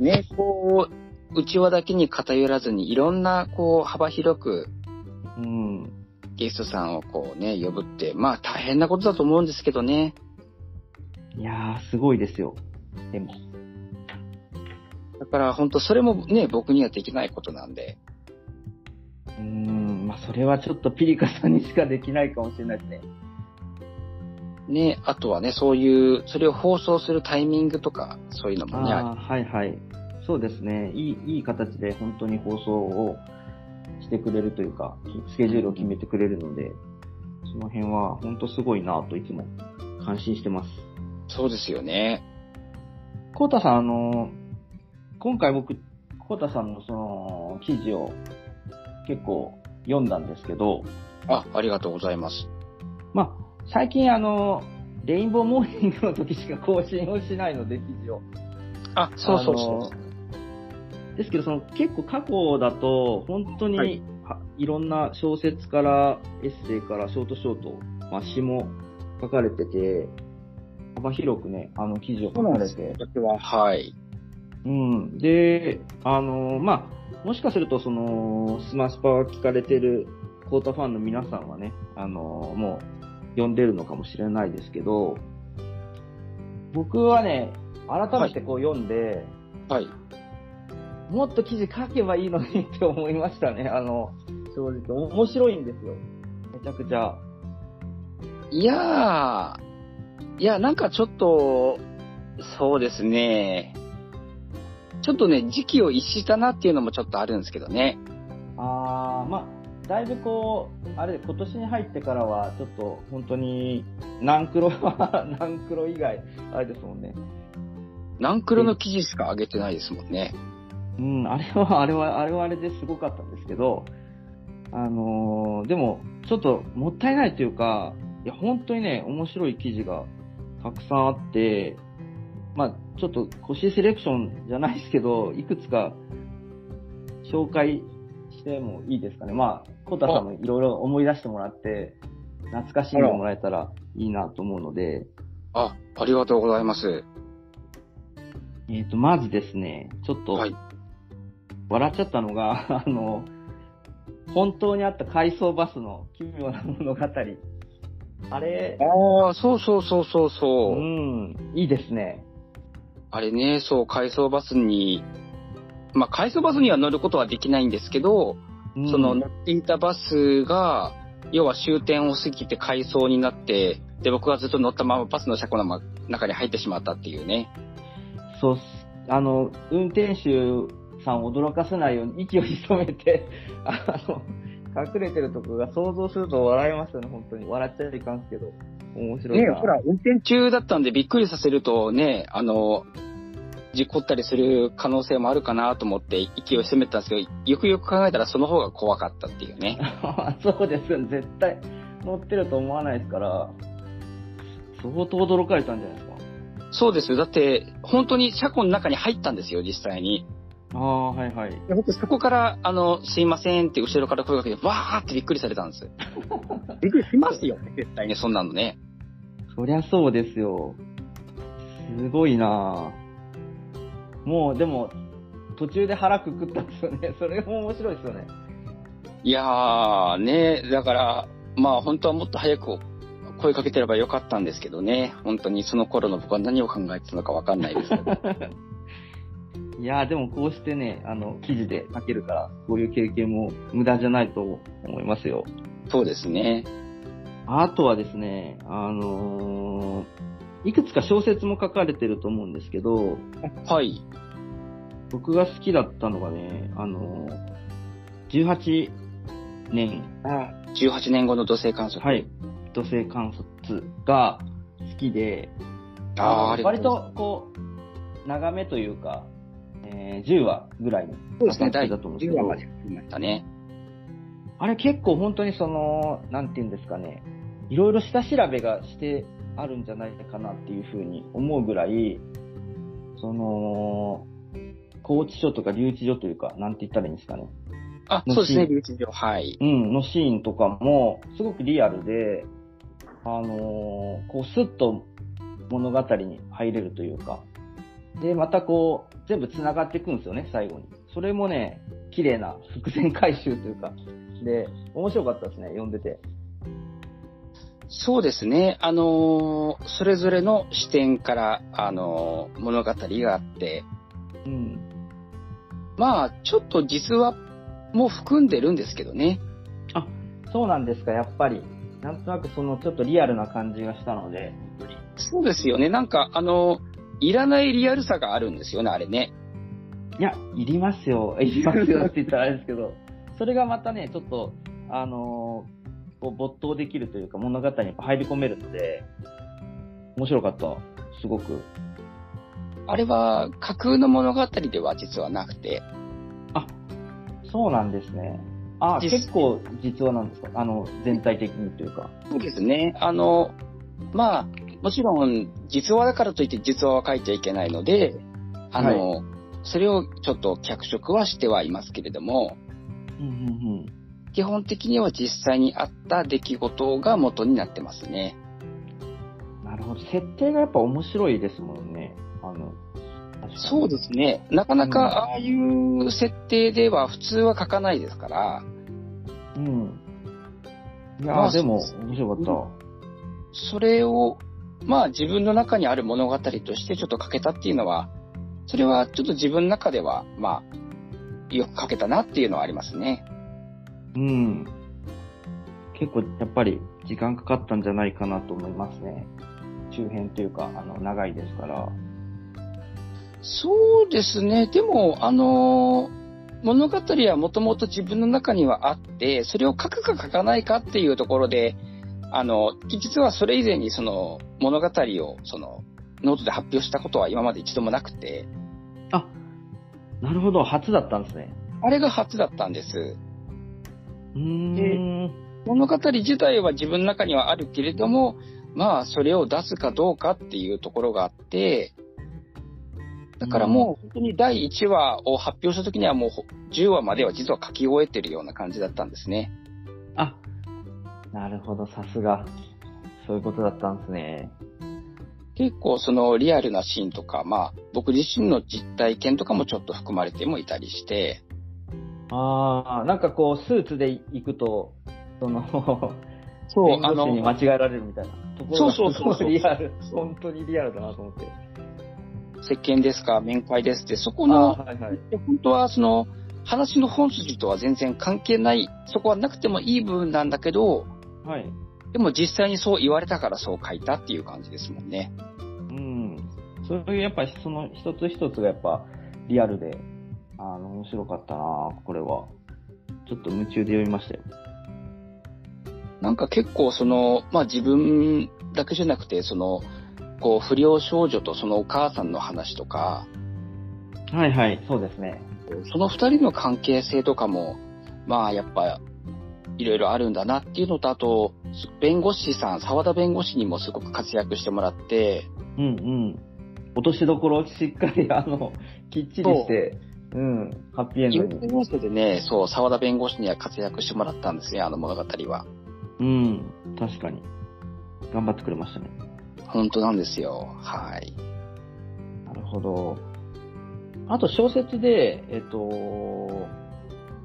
S2: ね。
S1: ね、こう、内輪だけに偏らずに、いろんな、こう、幅広く
S2: うん。
S1: ゲストさんをこうね、呼ぶって、まあ大変なことだと思うんですけどね。
S2: いやー、すごいですよ。でも。
S1: だから本当それもね、僕にはできないことなんで。
S2: うん、まあ、それはちょっとピリカさんにしかできないかもしれないですね。
S1: ね、あとはね、そういう、それを放送するタイミングとか、そういうのもね、
S2: ああ、はいはい。そうですね。いい、いい形で本当に放送をしてくれるというか、スケジュールを決めてくれるので、その辺は本当すごいなといつも感心してます。
S1: そうですよね。
S2: コウタさん、あの、今回僕、コウタさんのその記事を結構読んだんですけど、
S1: あ、ありがとうございます。
S2: まあ、最近あの、レインボーモーニングの時しか更新をしないので、記事を。
S1: あ、そうそうそ
S2: あのですけど、その結構過去だと、本当に、、
S1: はい
S2: ろんな小説からエッセイからショートショート、まあ、詩も書かれてて、幅広くね、あの記事を書かれて。
S1: う。ははい。
S2: うん。で、あの、まあ、もしかすると、その、スマスパが聞かれてるコータファンの皆さんはね、あの、もう、読んでるのかもしれないですけど、僕はね、改めてこう読んで、
S1: はい。
S2: もっと記事書けばいいのにって思いましたね。 あの、正直。お面白いんですよ。めちゃくちゃ。
S1: いやー、いや、なんかちょっと、そうですね。ちょっとね、時期を逸したなっていうのもちょっとあるんですけどね。
S2: あー、まあ、だいぶこう、あれ、今年に入ってからは、ちょっと本当に、何クロは、 何クロ以外、あれですもんね。
S1: 何クロの記事しか上げてないですもんね。
S2: うん、あれは、あれは、あれはあれですごかったんですけど、あのーでも、ちょっともったいないというか、いや、本当にね、面白い記事がたくさんあって、まあ、ちょっと、腰セレクションじゃないですけど、いくつか紹介してもいいですかね。まあ、コタさんもいろいろ思い出してもらって、懐かしんでもらえたらいいなと思うので、
S1: あ、ありがとうございます。
S2: えっ、と、まずですね、ちょっと、
S1: はい
S2: 笑っちゃったのが、あ の、本当にあった回送バスの奇妙な物語。あれ、
S1: ああ、そうそうそうそう
S2: う
S1: そう。
S2: ん、いいですね。
S1: あれね、そう、回送バスに、まあ、回送バスには乗ることはできないんですけど、
S2: うん
S1: その乗っていたバスが、要は終点を過ぎて回送になって、で、僕はずっと乗ったままバスの車庫のま中に入ってしまったっていうね。
S2: そうっす、あの、運転手さんを驚かせないように息を潜めて、 あの、隠れてるとこが想像すると笑いますよね、本当に。笑っちゃいかんすけど。面白いな。
S1: 運転中だったんでびっくりさせるとね、あの、事故ったりする可能性もあるかなと思って息を潜めてたんですけど、よくよく考えたらその方が怖かったっていうね。
S2: そうですよね、絶対乗ってると思わないですから、相当驚かれたんじゃないですか。
S1: そうですよ。だって、本当に車庫の中に入ったんですよ、実際に。
S2: ああ、はいはい。
S1: で僕そこから、あの、すいませんって後ろから声かけて、わーってびっくりされたんです。 びっくりしますよ ね、絶対ね、そんなのね。
S2: そりゃそうですよ。すごいなぁもうでも、途中で腹くくったんですよね。そ れも面白いですよね。
S1: いやー、ね、だから、まあ本当はもっと早く声かけてればよかったんですけどね、本当にその頃の僕は何を考えてたのかわかんないです けど。
S2: いやーでもこうしてね、あの、記事で書けるから、こういう経験も無駄じゃないと思いますよ。
S1: そうですね。
S2: あとはですね、あのーいくつか小説も書かれてると思うんですけど、
S1: はい。
S2: 僕が好きだったのがね、あの、18年、
S1: 18年後の土星観測。
S2: はい、土星観察が好きで、
S1: あーありが
S2: 割
S1: とうございます。
S2: とこう、長めというか、えー10話ぐらいの
S1: そうですね、
S2: 形
S1: 第
S2: だと思うんで
S1: 10
S2: すけ
S1: 話
S2: ど
S1: までやりましたね。
S2: あれ結構本当にその、なんて言うんですかね、いろいろ下調べがしてあるんじゃないかなっていうふうに思うぐらい、その、拘置所とか留置所というか、なんて言ったらいいんですかね。
S1: あ、そうですね、留置場。はい。
S2: うん、のシーンとかも、すごくリアルで、あのーこう、スッと物語に入れるというか、で、またこう、全部繋がっていくんですよね、最後に。それもね、綺麗な伏線回収というか、で、面白かったですね、読んでて。
S1: そうですね。あのーそれぞれの視点から、あのー物語があって、
S2: うん。
S1: まあ、ちょっと実話も含んでるんですけどね。
S2: そうなんですか、やっぱり。なんとなくその、ちょっとリアルな感じがしたので、本当に。
S1: そうですよね。なんか、あのーいらないリアルさがあるんですよね、あれね。
S2: いや、いります よ。いりますよって言ったらあれですけど、それがまたね、ちょっと、あのーこう没頭できるというか物語に入り込めるので、面白かった。すごく。
S1: あれは架空の物語では実はなくて、
S2: そうなんですね。あ、
S1: 実
S2: 結構実話なんですかあの、全体的にというか。
S1: そうですね。あの、まあ、もちろん、実話だからといって実話は書いちゃいけないので、あの、それをちょっと脚色はしてはいますけれども、
S2: うんうんうん。
S1: 基本的には実際にあった出来事が元になってますね。
S2: なるほど。設定がやっぱ面白いですもんね。あの、確かに
S1: そうですね。なかな
S2: うん
S1: かああいう設定では普通は書かないですから、
S2: うん。いやー、
S1: まあ
S2: でも
S1: そ
S2: 面白かった。
S1: それを、まあ自分の中にある物語としてちょっと書けたっていうのは、それはちょっと自分の中では、まあ、よく書けたなっていうのはありますね。
S2: うん。結構やっぱり時間かかったんじゃないかなと思いますね。周辺というか、あの、長いですから。
S1: そうですね。でも、あのー物語はもともと自分の中にはあって、それを書くか書かないかっていうところで、あの、実はそれ以前にその物語をそのノートで発表したことは今まで一度もなくて、
S2: あ、なるほど、初だったんですね。
S1: あれが初だったんです。
S2: うーん。
S1: 物語自体は自分の中にはあるけれども、まあ、それを出すかどうかっていうところがあって、だからもう本当に第1話を発表した時にはもうほ10話までは実は書き終えてるような感じだったんですね。
S2: あ、なるほど、さすが。そういうことだったんですね。
S1: 結構そのリアルなシーンとか、まあ僕自身の実体験とかもちょっと含まれてもいたりして、
S2: ああ、なんかこう、スーツで行くと、そ の、
S1: そう
S2: 弁護士に間違えられるみたいなところが
S1: そうそうそうそう
S2: すごいリアル、本当にリアルだなと思って。
S1: 石鹸ですか、面会ですって、そこ
S2: あ
S1: の
S2: ー、はいはい。
S1: で本当はその話の本筋とは全然関係ない、そこはなくてもいい部分なんだけど、
S2: はい。
S1: でも実際にそう言われたからそう書いたっていう感じですもんね。
S2: うん。そういう、やっぱりその一つ一つがやっぱリアルで、あの、面白かったなこれは。ちょっと夢中で読みましたよ。
S1: なんか結構その、まあ自分だけじゃなくて、その、こう不良少女とそのお母さんの話とか、
S2: はいはい、そうですね。
S1: その二人の関係性とかも、まあやっぱ、いろいろあるんだなっていうのと、あと、弁護士さん、沢田弁護士にもすごく活躍してもらって、
S2: うんうん。落としどころをしっかり、 あの、きっちりして、うん、ハッピーエン
S1: 有
S2: ド
S1: 名
S2: に。
S1: 要素でね、そう、沢田弁護士には活躍してもらったんですね、あの物語は。
S2: うん、確かに。頑張ってくれましたね。
S1: 本当なんですよ。はい。
S2: なるほど。あと小説で、えっと、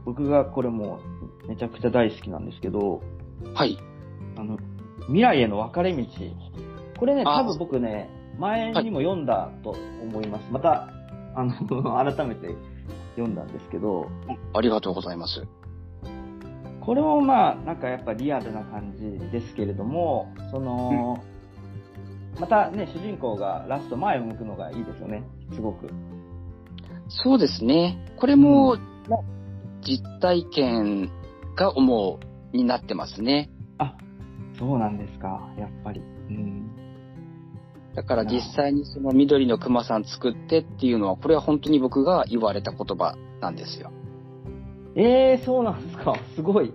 S2: 僕がこれもめちゃくちゃ大好きなんですけど、
S1: はい。
S2: あの、未来への分かれ道。これね、
S1: あ
S2: 多分僕ね、前にも読んだと思います。また、あの、 改めて読んだんですけど、
S1: ありがとうございます。
S2: これもまあ、なんかやっぱリアルな感じですけれども、その、またね、主人公がラスト前を向くのがいいですよね、すごく。
S1: そうですね。これも、まあ実体験が主になってますね。
S2: あ、そうなんですか、やっぱり。うん。
S1: だから実際にその緑の熊さん作ってっていうのは、これは本当に僕が言われた言葉なんですよ。
S2: ええー、そうなんですか。 すごい。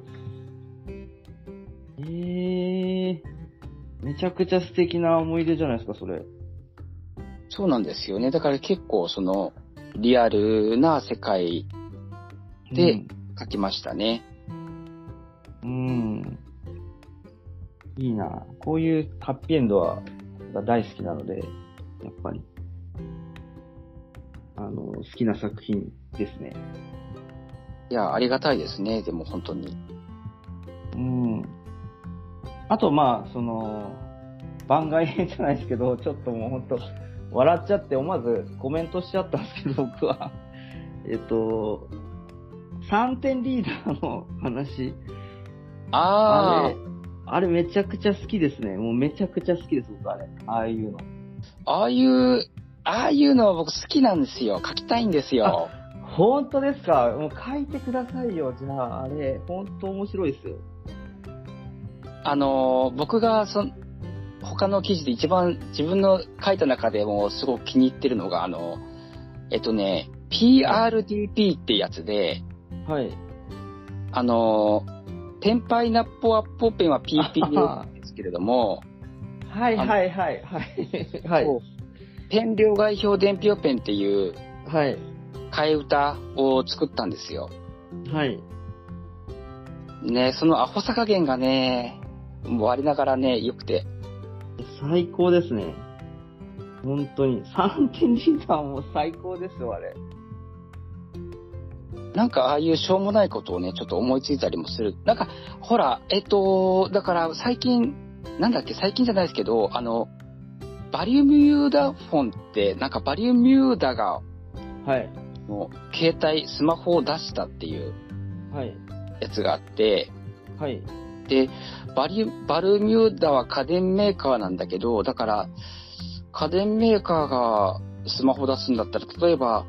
S2: ええー、めちゃくちゃ素敵な思い出じゃないですか、それ。
S1: そうなんですよね。だから結構そのリアルな世界
S2: う
S1: で
S2: ん
S1: 書きましたね。
S2: うん。いいな。こういうハッピーエンドは、が大好きなので、やっぱり。あの、好きな作品ですね。
S1: いや、ありがたいですね。でも本当に。
S2: うん。あと、まあ、その、番外編じゃないですけど、ちょっともう本当笑っちゃって、思わずコメントしちゃったんですけど、僕は。えっと、3点リーダーの話。あ
S1: あ
S2: れ、あれめちゃくちゃ好きですね。もうめちゃくちゃ好きです、僕あれ。ああいうの。
S1: あ、ああいう、ああいうのは僕好きなんですよ。書きたいんですよ。
S2: 本当ですかもう書いてくださいよ。じゃあ、あれ、本当面白いですよ。
S1: あのー僕がその他の記事で一番自分の書いた中でもすごく気に入ってるのが、あの、えっとね、PRDP ってやつで、
S2: はい。
S1: あのー、天杯ナッポアッポーペンは PP なんですけれども、
S2: はいはいはいはい。 はい。
S1: こうペン両外表伝票ペンっていう
S2: はい。
S1: 替え歌を作ったんですよ。
S2: はい。
S1: ね、そのアホさ加減がね、割りながらね、良くて。
S2: 最高ですね。本当に。3点リーダーも最高ですよ、あれ。
S1: なんかああいうしょうもないことをね、ちょっと思いついたりもする。なんか、ほら、えっと、だから最近、なんだっけ、最近じゃないですけど、あの、バリウムユーダフォンって、なんかバリウムユーダが、
S2: はい。
S1: の携帯、スマホを出したっていう
S2: はい。
S1: やつがあって、
S2: はい。
S1: で、バリ、バルミューダは家電メーカーなんだけど、だから、家電メーカーがスマホ出すんだったら、例えば、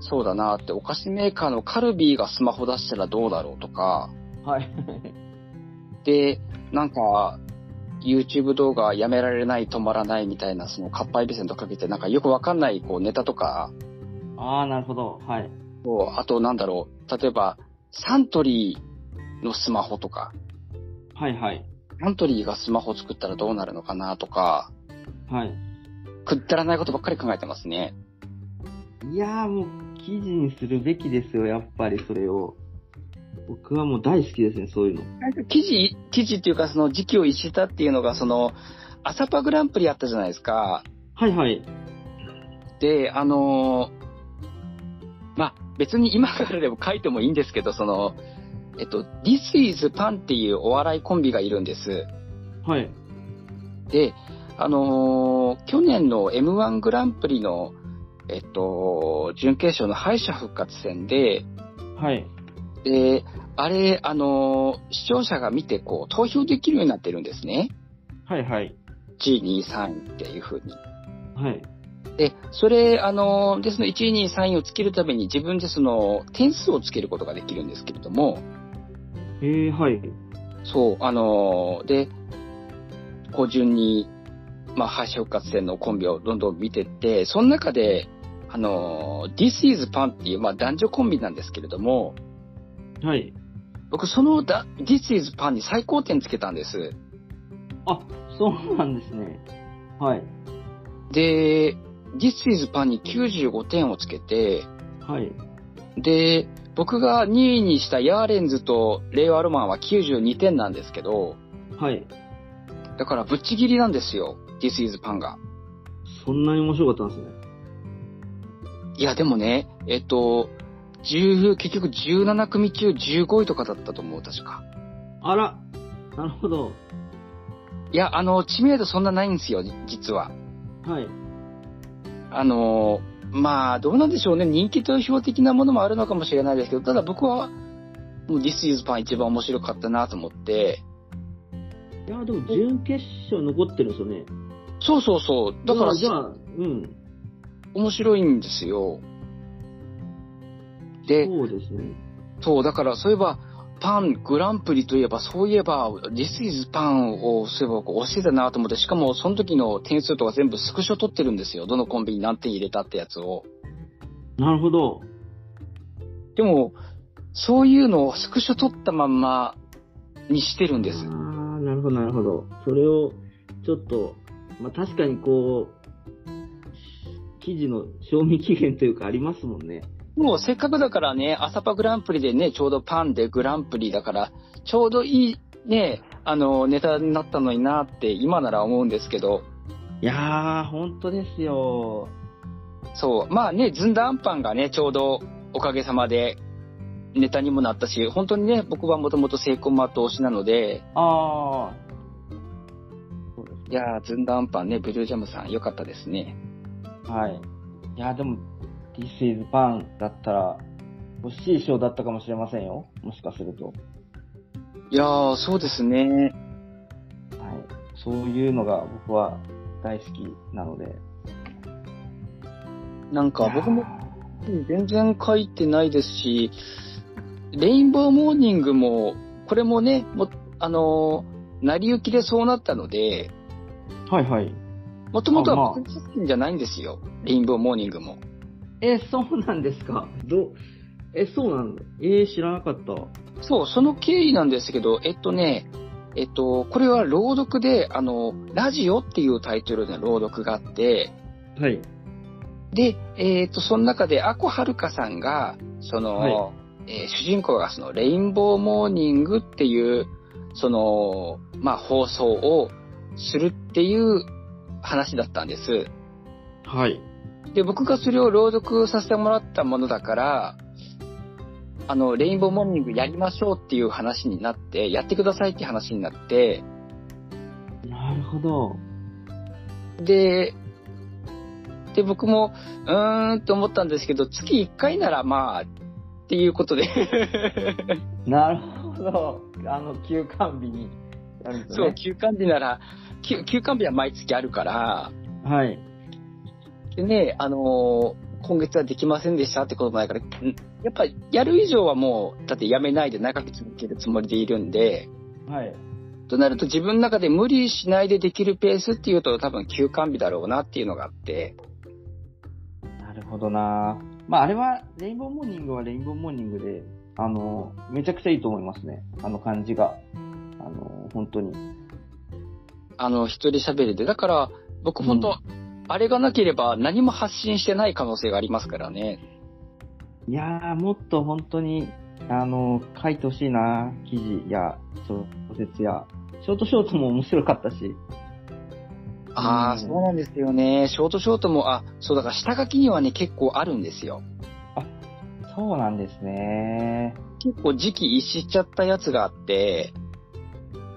S1: そうだなって、お菓子メーカーのカルビーがスマホ出したらどうだろうとか、
S2: はい。
S1: で、なんか、YouTube 動画やめられない、止まらないみたいな、その、かっぱえびせんとかけて、なんかよくわかんない、こう、ネタとか、
S2: ああ、なるほど。はい。
S1: こうあと、なんだろう、例えば、サントリーのスマホとか、
S2: はいはい。
S1: サントリーがスマホ作ったらどうなるのかなとか、
S2: はい。
S1: くったらないことばっかり考えてますね。
S2: いやーもう記事にするべきですよ、やっぱりそれを。僕はもう大好きですね、そういうの。
S1: 記事、記事っていうか、その、時期を逸したっていうのが、その、朝パグランプリあったじゃないですか。
S2: はいはい。
S1: で、あのーまあ、別に今からでも書いてもいいんですけど、その、えっと、This is Pan っていうお笑いコンビがいるんです。
S2: はい。
S1: で、あのー去年の M1 グランプリの、えっと、準決勝の敗者復活戦で、
S2: はい。
S1: で、あれ、あのー視聴者が見て、こう、投票できるようになってるんですね。
S2: はいはい。
S1: 1位、2位、3位っていう風に。
S2: はい。
S1: で、それ、あの、ですの1位、2位、3位をつけるために自分でその点数をつけることができるんですけれども、
S2: えー、はい。
S1: そう、あの、で、こう順に、まあ、敗者復活戦のコンビをどんどん見てって、その中で、あの、This is Pan っていう、まあ、男女コンビなんですけれども、
S2: はい。
S1: 僕、そのだ This is Pan に最高点つけたんです。
S2: あ、そうなんですね。はい。
S1: で、This is Pan に95点をつけて、
S2: はい。
S1: で、僕が2位にしたヤーレンズと令和ロマンは92点なんですけど、
S2: はい。
S1: だからぶっちぎりなんですよ、This is Pan が。
S2: そんなに面白かったんですね。
S1: いや、でもね、えっと、10結局17組中15位とかだったと思う、確か。
S2: あら、なるほど。
S1: いや、あの、知名度そんなないんですよ、じ実は。
S2: はい。
S1: あの、まあ、どうなんでしょうね、人気投票的なものもあるのかもしれないですけど、ただ僕は、もう This is Pan 一番面白かったなと思って、
S2: いや、でも準決勝残ってるんですよね。
S1: そうそうそう、だから
S2: じゃあ、うん。
S1: 面白いんですよ。で、
S2: そうですね。
S1: そう、だから、そういえば、パングランプリといえば、そういえば、This is パンをそういえばこう教えたなと思って、しかもその時の点数とか全部スクショ取ってるんですよ。どのコンビに何点入れたってやつを。
S2: なるほど。
S1: でも、そういうのをスクショ取ったまんまにしてるんです
S2: あ。あ、なるほど、なるほど。それを、ちょっと、まあ、確かにこう、記事の賞味期限というかありますもんね。
S1: もうせっかくだからね、朝パグランプリでね、ちょうどパンでグランプリだから、ちょうどいいね、あの、ネタになったのになって今なら思うんですけど、
S2: いやー、本当ですよ。
S1: そう、まあね、ずんだあんパンがね、ちょうどおかげさまでネタにもなったし、本当にね、僕はもともとセイコンマート推しなので、
S2: ああ。そう
S1: い
S2: で
S1: やー、ずんだあんパンね、ブルージャムさん良かったですね。
S2: す。はい。いやー、でも、This is Pan だったら、欲しい賞だったかもしれませんよ。もしかすると。
S1: いやー、そうですね。
S2: はい。そういうのが僕は大好きなので。
S1: なんか僕も
S2: いや
S1: 全然書いてないですし、レインボーモーニングも、これもね、もあのー成り行きでそうなったので、
S2: ー。はいはい。
S1: もともと
S2: あま
S1: は
S2: あ
S1: 僕作品じゃないんですよ。レインボーモーニングも。
S2: え、そうなんですかど、え、そうなんだ。えー、知らなかった。
S1: そう、その経緯なんですけど、えっとね、えっと、これは朗読で、あの、ラジオっていうタイトルの朗読があって、
S2: はい。
S1: で、えっと、その中で、アコはるかさんが、その、
S2: はい
S1: えー主人公がその、レインボーモーニングっていう、その、まあ、放送をするっていう話だったんです。
S2: はい。
S1: で、僕がそれを朗読させてもらったものだから、あの、レインボーモーニングやりましょうっていう話になって、やってくださいって話になって、
S2: なるほど。
S1: で、で、僕も、うーんと思ったんですけど、月1回ならまあ、っていうことで、
S2: なるほど。あの、休館日にやるんです
S1: そう、
S2: ね。
S1: 休館日なら、休休館日は毎月あるから、
S2: はい。
S1: でね、あのー今月はできませんでしたってこともないから、んやっぱやる以上はもう、だってやめないで長く続けるつもりでいるんで、
S2: はい。
S1: となると自分の中で無理しないでできるペースっていうと多分休館日だろうなっていうのがあって、
S2: なるほどなまあ、あれは、レインボーモーニングはレインボーモーニングで、あの、めちゃくちゃいいと思いますね。あの感じが。あの、本当に。
S1: あの、一人喋りで。だから、僕本当、あれがなければ何も発信してない可能性がありますからね。
S2: いやー、もっと本当に、あの、書いてほしいな記事や、小説や。ショートショートも面白かったし。
S1: ああ、
S2: うん
S1: そうなんですよね。ショートショートも、あ、そうだから下書きにはね、結構あるんですよ。
S2: そうなんですね。
S1: 結構時期一しちゃったやつがあって、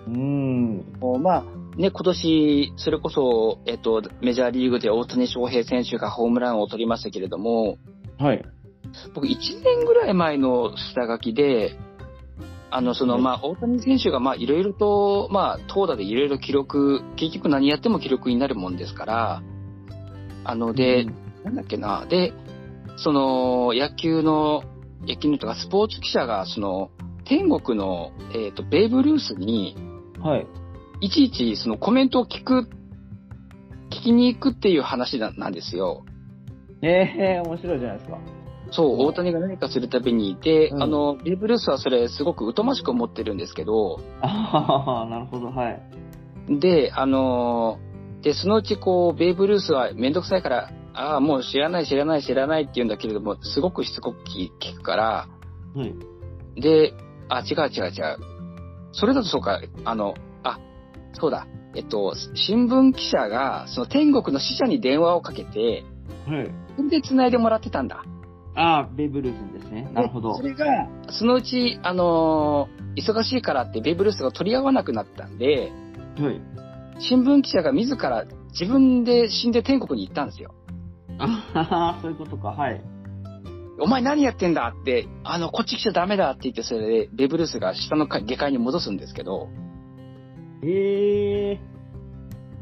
S2: うん。
S1: もうまあ、ね、今年、それこそ、えっと、メジャーリーグで大谷翔平選手がホームランを取りましたけれども、
S2: はい。
S1: 僕1年ぐらい前の下書きで、あの、その、
S2: はい
S1: まあ、大谷選手が、まあ、いろいろと、まあ、投打でいろいろ記録、結局何やっても記録になるもんですから、あの、で、なんだっけな、で、その、野球の、野球のとか、スポーツ記者が、その、天国の、えっ、と、ベーブ・ルースに、
S2: はい。
S1: いちいち、その、コメントを聞く、聞きに行くっていう話ななんですよ。
S2: えー、面白いじゃないですか。
S1: そう、大谷が何かするたびにいて、
S2: うん
S1: あの、ベーブ・ルースはそれ、すごく疎ましく思ってるんですけど、
S2: ああ、なるほど、はい。
S1: で、あのーで、そのうちこう、ベーブ・ルースはめんどくさいから、ああ、もう知らない知らない知らないって言うんだけれども、すごくしつこく聞聞くから、
S2: はい。
S1: で、あ、違う違う違う。それだとそうか、あの、あ、そうだ、えっと、新聞記者が、その天国の使者に電話をかけて、
S2: はい。
S1: それで繋いでもらってたんだ。
S2: ああ、ベーブ・ルースにですね。なるほど。
S1: それが、そのうち、あのー忙しいからってベーブ・ルースが取り合わなくなったんで、
S2: はい。
S1: 新聞記者が自ら自分で死んで天国に行ったんですよ。
S2: ああ、そういうことか、はい。
S1: お前何やってんだって、あの、こっち来ちゃダメだって言って、それでベーブ・ルースが下の階下界に戻すんですけど、
S2: ええ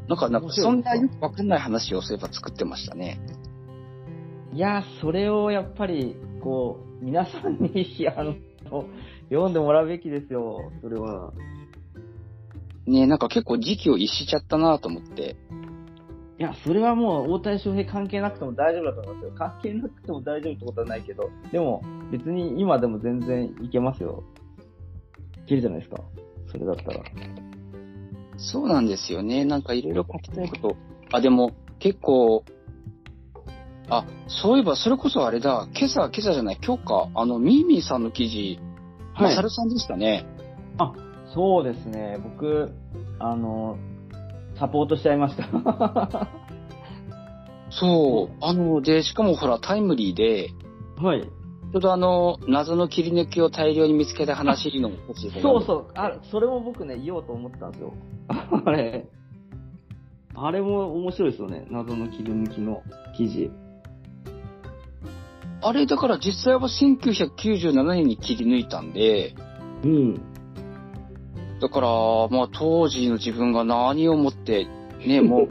S1: なんか、なんか
S2: 面白
S1: そ
S2: い
S1: んなよくわかんない話をそういえば作ってましたね。
S2: いや、それをやっぱり、こう、皆さんにあの読んでもらうべきですよ、それは。
S1: ねなんか結構時期を逸しちゃったなと思って。
S2: いや、それはもう大谷翔平関係なくても大丈夫だと思いますよ。関係なくても大丈夫ってことはないけど、でも別に今でも全然いけますよ。いけるじゃないですか。それだったら。
S1: そうなんですよね。なんかいろいろ書きたいこと。あ、でも結構、あ、そういえばそれこそあれだ、今朝、今朝じゃない、今日か、あの、ミーミーさんの記事、マサルさんでしたね。
S2: そうですね。僕、あの、サポートしちゃいました。は
S1: そう。あの、で、しかもほら、タイムリーで、
S2: い。
S1: ちょうどあの、謎の切り抜きを大量に見つけた話のも欲しいと
S2: そ
S1: 思
S2: うそう。あ、それも僕ね、言おうと思ったんですよ。 あれ。あれも面白いですよね。謎の切り抜きの記事。
S1: あれだから実際は1997年に切り抜いたんで、
S2: うん。
S1: だから、まあ当時の自分が何をもって、ね、もう、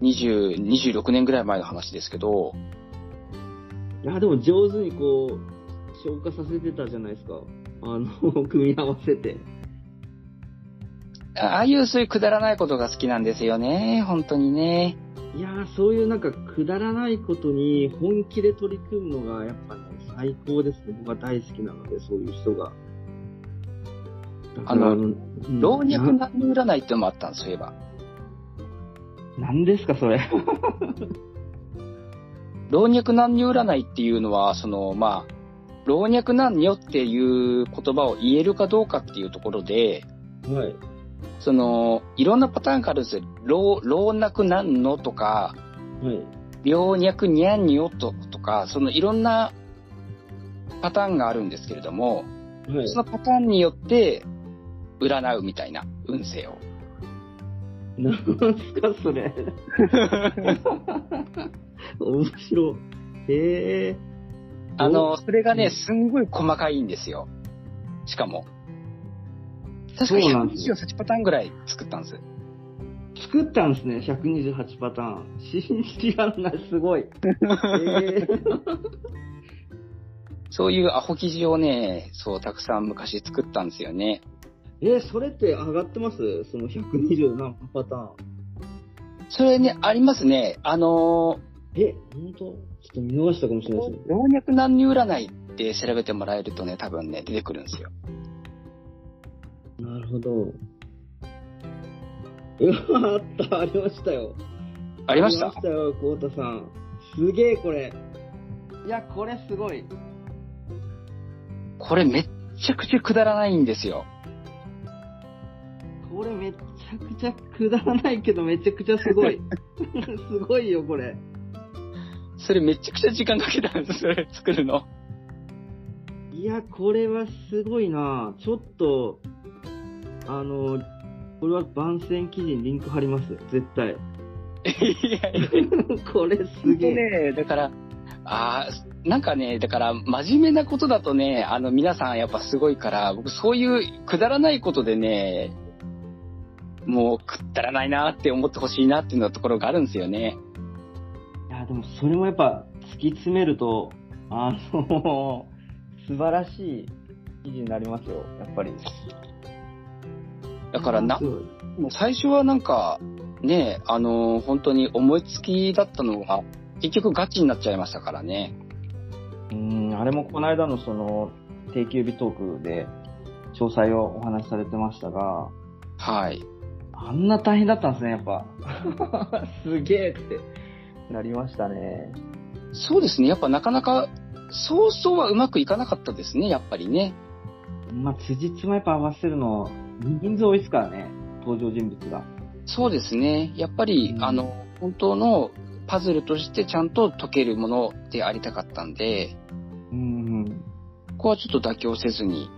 S1: 20、26年ぐらい前の話ですけど、
S2: いや、でも上手にこう、消化させてたじゃないですか。あの、組み合わせて。
S1: ああいうそういうくだらないことが好きなんですよね、本当にね。
S2: いやー、そういうなんかくだらないことに本気で取り組むのがやっぱね、最高ですね。僕は大好きなので、そういう人が。だから
S1: あの
S2: うん
S1: 老若
S2: な
S1: 男女占いってのもあったんです、そういえば。
S2: なんですか、それ。
S1: 老若男女占いっていうのは、その、まあ、老若男女っていう言葉を言えるかどうかっていうところで、
S2: はい。
S1: その、いろんなパターンがあるんですよ。老、老若男女とか、
S2: はい。
S1: 老若にゃんにょととか、そのいろんなパターンがあるんですけれども、
S2: はい
S1: そのパターンによって占うみたいな運勢を。
S2: なんすか、それ。面白い。へえ。
S1: あの、
S2: お
S1: それが
S2: う
S1: ね、
S2: ん
S1: すんごい細かいんですよ。しかも。確か
S2: そうなんですよ
S1: 128パターンぐらい作ったんです。
S2: 作ったんですね、128パターン。信じらんない、すごい。へえ。
S1: そういうアホ記事をね、そう、たくさん昔作ったんですよね。
S2: えーそれって上がってますその120何パターン。
S1: それね、ありますね。あの
S2: え、本当ちょっと見逃したかもしれないですね。
S1: 老若男女占いって調べてもらえるとね、多分ね、出てくるんですよ。
S2: なるほど。うわ、あった、ありましたよ。
S1: ありまし
S2: あ
S1: た
S2: りましたよ、コウタさん。すげえ、これ。いや、これすごい。
S1: これめっちゃくちゃくだらないんですよ。
S2: これめちゃくちゃくだらないけど、めちゃくちゃすごい。 すごいよ、これ。
S1: それめちゃくちゃ時間かけたんです、それ 作るの。
S2: いや、これはすごいなちょっと、あの、これは番宣記事にリンク貼ります。絶対。
S1: いやいや、
S2: これすげえ。
S1: ね、だから、ああ、なんかね、だから真面目なことだとね、あの皆さんやっぱすごいから、僕そういうくだらないことでね、もうくだらないなって思ってほしいなっていうようなところがあるんですよね。
S2: いや、でもそれもやっぱ突き詰めると、あの、 素晴らしい記事になりますよ、やっぱり。
S1: だからな
S2: す、ごい
S1: もう最初はなんか、ね、あの本当に思いつきだったのが、結局ガチになっちゃいましたからね。
S2: うん、あれもこの間のその、定休日トークで、詳細をお話しされてましたが、
S1: はい。
S2: あんな大変だったんですね、やっぱ。 すげえってなりましたね。
S1: そうですね。やっぱなかなか、そうそうはうまくいかなかったですね、やっぱりね。
S2: まあ、辻褄やっぱ合わせるの、人数多いですからね、登場人物が。
S1: そうですね。やっぱり、
S2: うん
S1: あの、本当のパズルとしてちゃんと解けるものでありたかったんで、
S2: うん、
S1: ここはちょっと妥協せずに。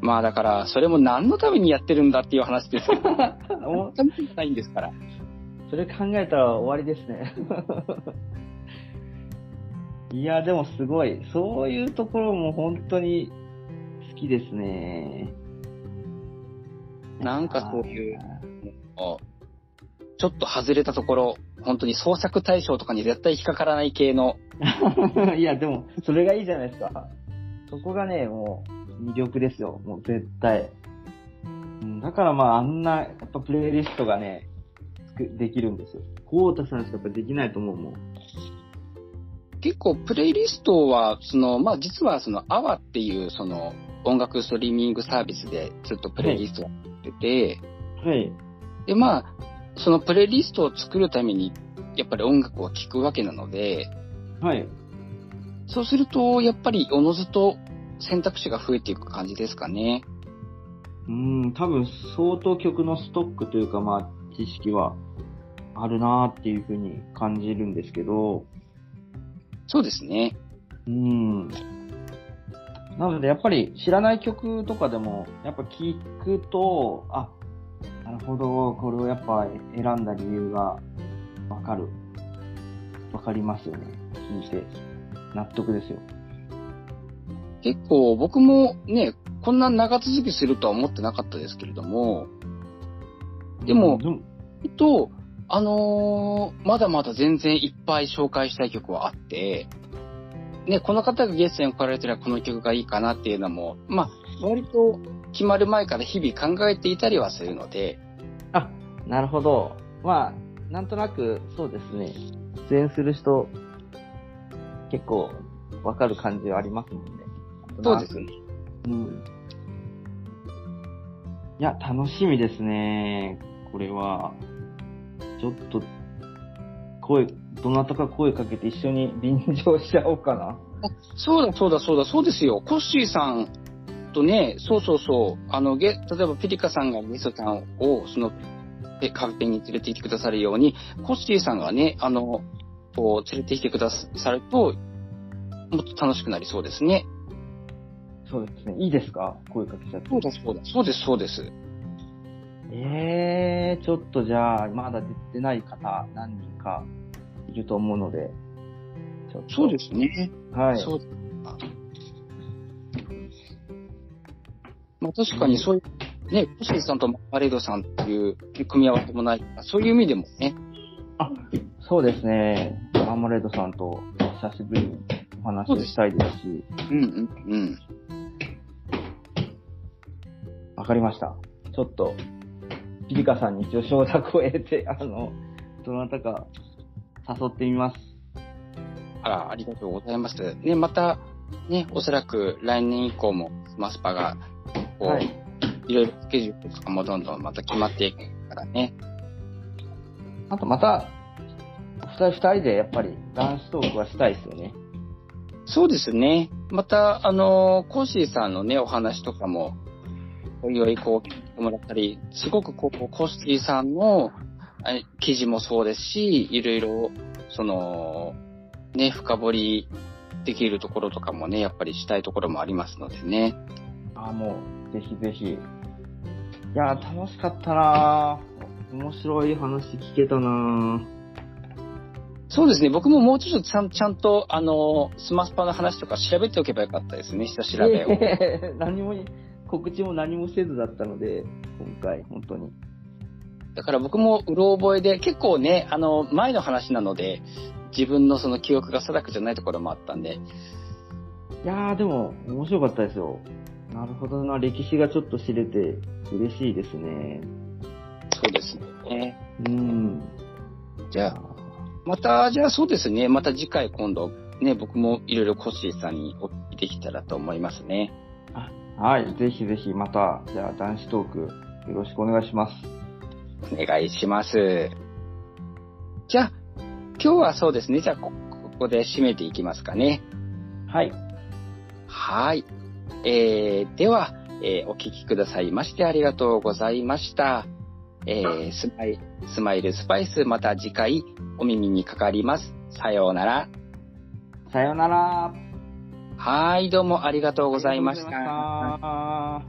S1: まあだから、それも何のためにやってるんだっていう話です けど、
S2: うん。
S1: 何のためにもないんですから。
S2: それ考えたら終わりですね。 いや、でもすごい。そういうところも本当に好きですね。
S1: なんかそういう、こうちょっと外れたところ、本当に創作対象とかに絶対引っかからない系の、
S2: あー。いや、でも、それがいいじゃないですか。そこがね、もう、魅力ですよ。もう絶対。うんだからまあ、あんな、やっぱプレイリストがね、つくできるんですよ。コータさんしかやっぱできないと思うもん。
S1: 結構プレイリストは、その、まあ実はその AWA っていうその音楽ストリーミングサービスでずっとプレイリストをやってて、
S2: はい。
S1: でまあ、そのプレイリストを作るためにやっぱり音楽を聴くわけなので、
S2: はい。
S1: そうするとやっぱりおのずと選択肢が増えていく感じですかね。
S2: うん、多分相当曲のストックというか、まあ、知識はあるなーっていうふうに感じるんですけど、
S1: そうですね。
S2: うん。なので、やっぱり知らない曲とかでも、やっぱ聞くと、あ、なるほど、これをやっぱ選んだ理由がわかる。わかりますよね。聞いて。納得ですよ。
S1: 結構僕もね、こんな長続きするとは思ってなかったですけれども、でも
S2: うん
S1: きっと、あのーまだまだ全然いっぱい紹介したい曲はあって、ね、この方がゲストに来られたらこの曲がいいかなっていうのも、まあ、割と決まる前から日々考えていたりはするので、
S2: あ、なるほど。まあ、なんとなく、そうですね。出演する人、結構、わかる感じはありますもんね。
S1: そうですね。
S2: うん。いや、楽しみですね。これは。ちょっと、声、どなたか声かけて一緒に便乗しちゃおうかな。
S1: そうだそうだそうだそうですよ。コッシーさんとね、そうそうそう、あの、ゲ例えばピリカさんがゲストさんを、その、えカンペに連れて行ってくださるように、コッシーさんがね、あの、こう、連れてきてくださると、もっと楽しくなりそうですね。
S2: そうですね。いいですか声かけちゃって。
S1: そうだそうだ。そうです、そうです。
S2: ええー、ちょっとじゃあ、まだ出てない方、何人かいると思うので。ちょっと
S1: そうですね。
S2: はい。
S1: そうまあ確かにそういう、ね、コッシーさんとパレードさんっていう組み合わせもないから、そういう意味でもね、
S2: あ、そうですね。アーモレードさんと久しぶりにお話をしたいですし、
S1: うんうんうん。
S2: わかりました。ちょっと、ピリカさんに一応承諾を得て、 あの、どなたか誘ってみます。
S1: あら、ありがとうございます。ね、また、ね、おそらく来年以降も、マスパが、こう、、
S2: はいい。
S1: ろいろスケジュールとかもどんどんまた決まっていくからね。
S2: あとまた、二人、二人でやっぱり男子トークはしたいですよね。
S1: そうですね。また、あのーコーシーさんのね、お話とかも、おいおい、こう、聞いてもらったり、すごくこう、コーシーさんのえ記事もそうですし、いろいろ、その、ね、深掘りできるところとかもね、やっぱりしたいところもありますのでね。
S2: あ、もう、ぜひぜひ。いやー、楽しかったなー面白い話聞けたなー
S1: そうですね。僕ももうちょっとちゃんちゃんと、あの、スマスパの話とか調べておけばよかったですね、下調べを。
S2: 何も、告知も何もせずだったので、今回、本当に。
S1: だから僕もうろ覚えで、結構ね、あの、前の話なので、自分のその記憶が定くじゃないところもあったんで、
S2: いやー、でも、面白かったですよ。なるほどな、歴史がちょっと知れて、嬉しいですね。
S1: そうですね。
S2: うん。
S1: じゃあ、また、じゃあそうですね、また次回今度、ね、僕もいろいろコッシーさんにお聞きできたらと思いますね。
S2: はい、ぜひぜひ、また、じゃあ、男子トーク、よろしくお願いします。
S1: お願いします。じゃあ、今日はそうですね、じゃあこ、ここで締めていきますかね。
S2: はい。
S1: はい。えー、では、えーお聞きくださいましてありがとうございました。えー、スマイスマイルスパイス、また次回お耳にかかります。さようなら。
S2: さようなら。
S1: はい、どうもありがとう
S2: ご
S1: ございました。
S2: た。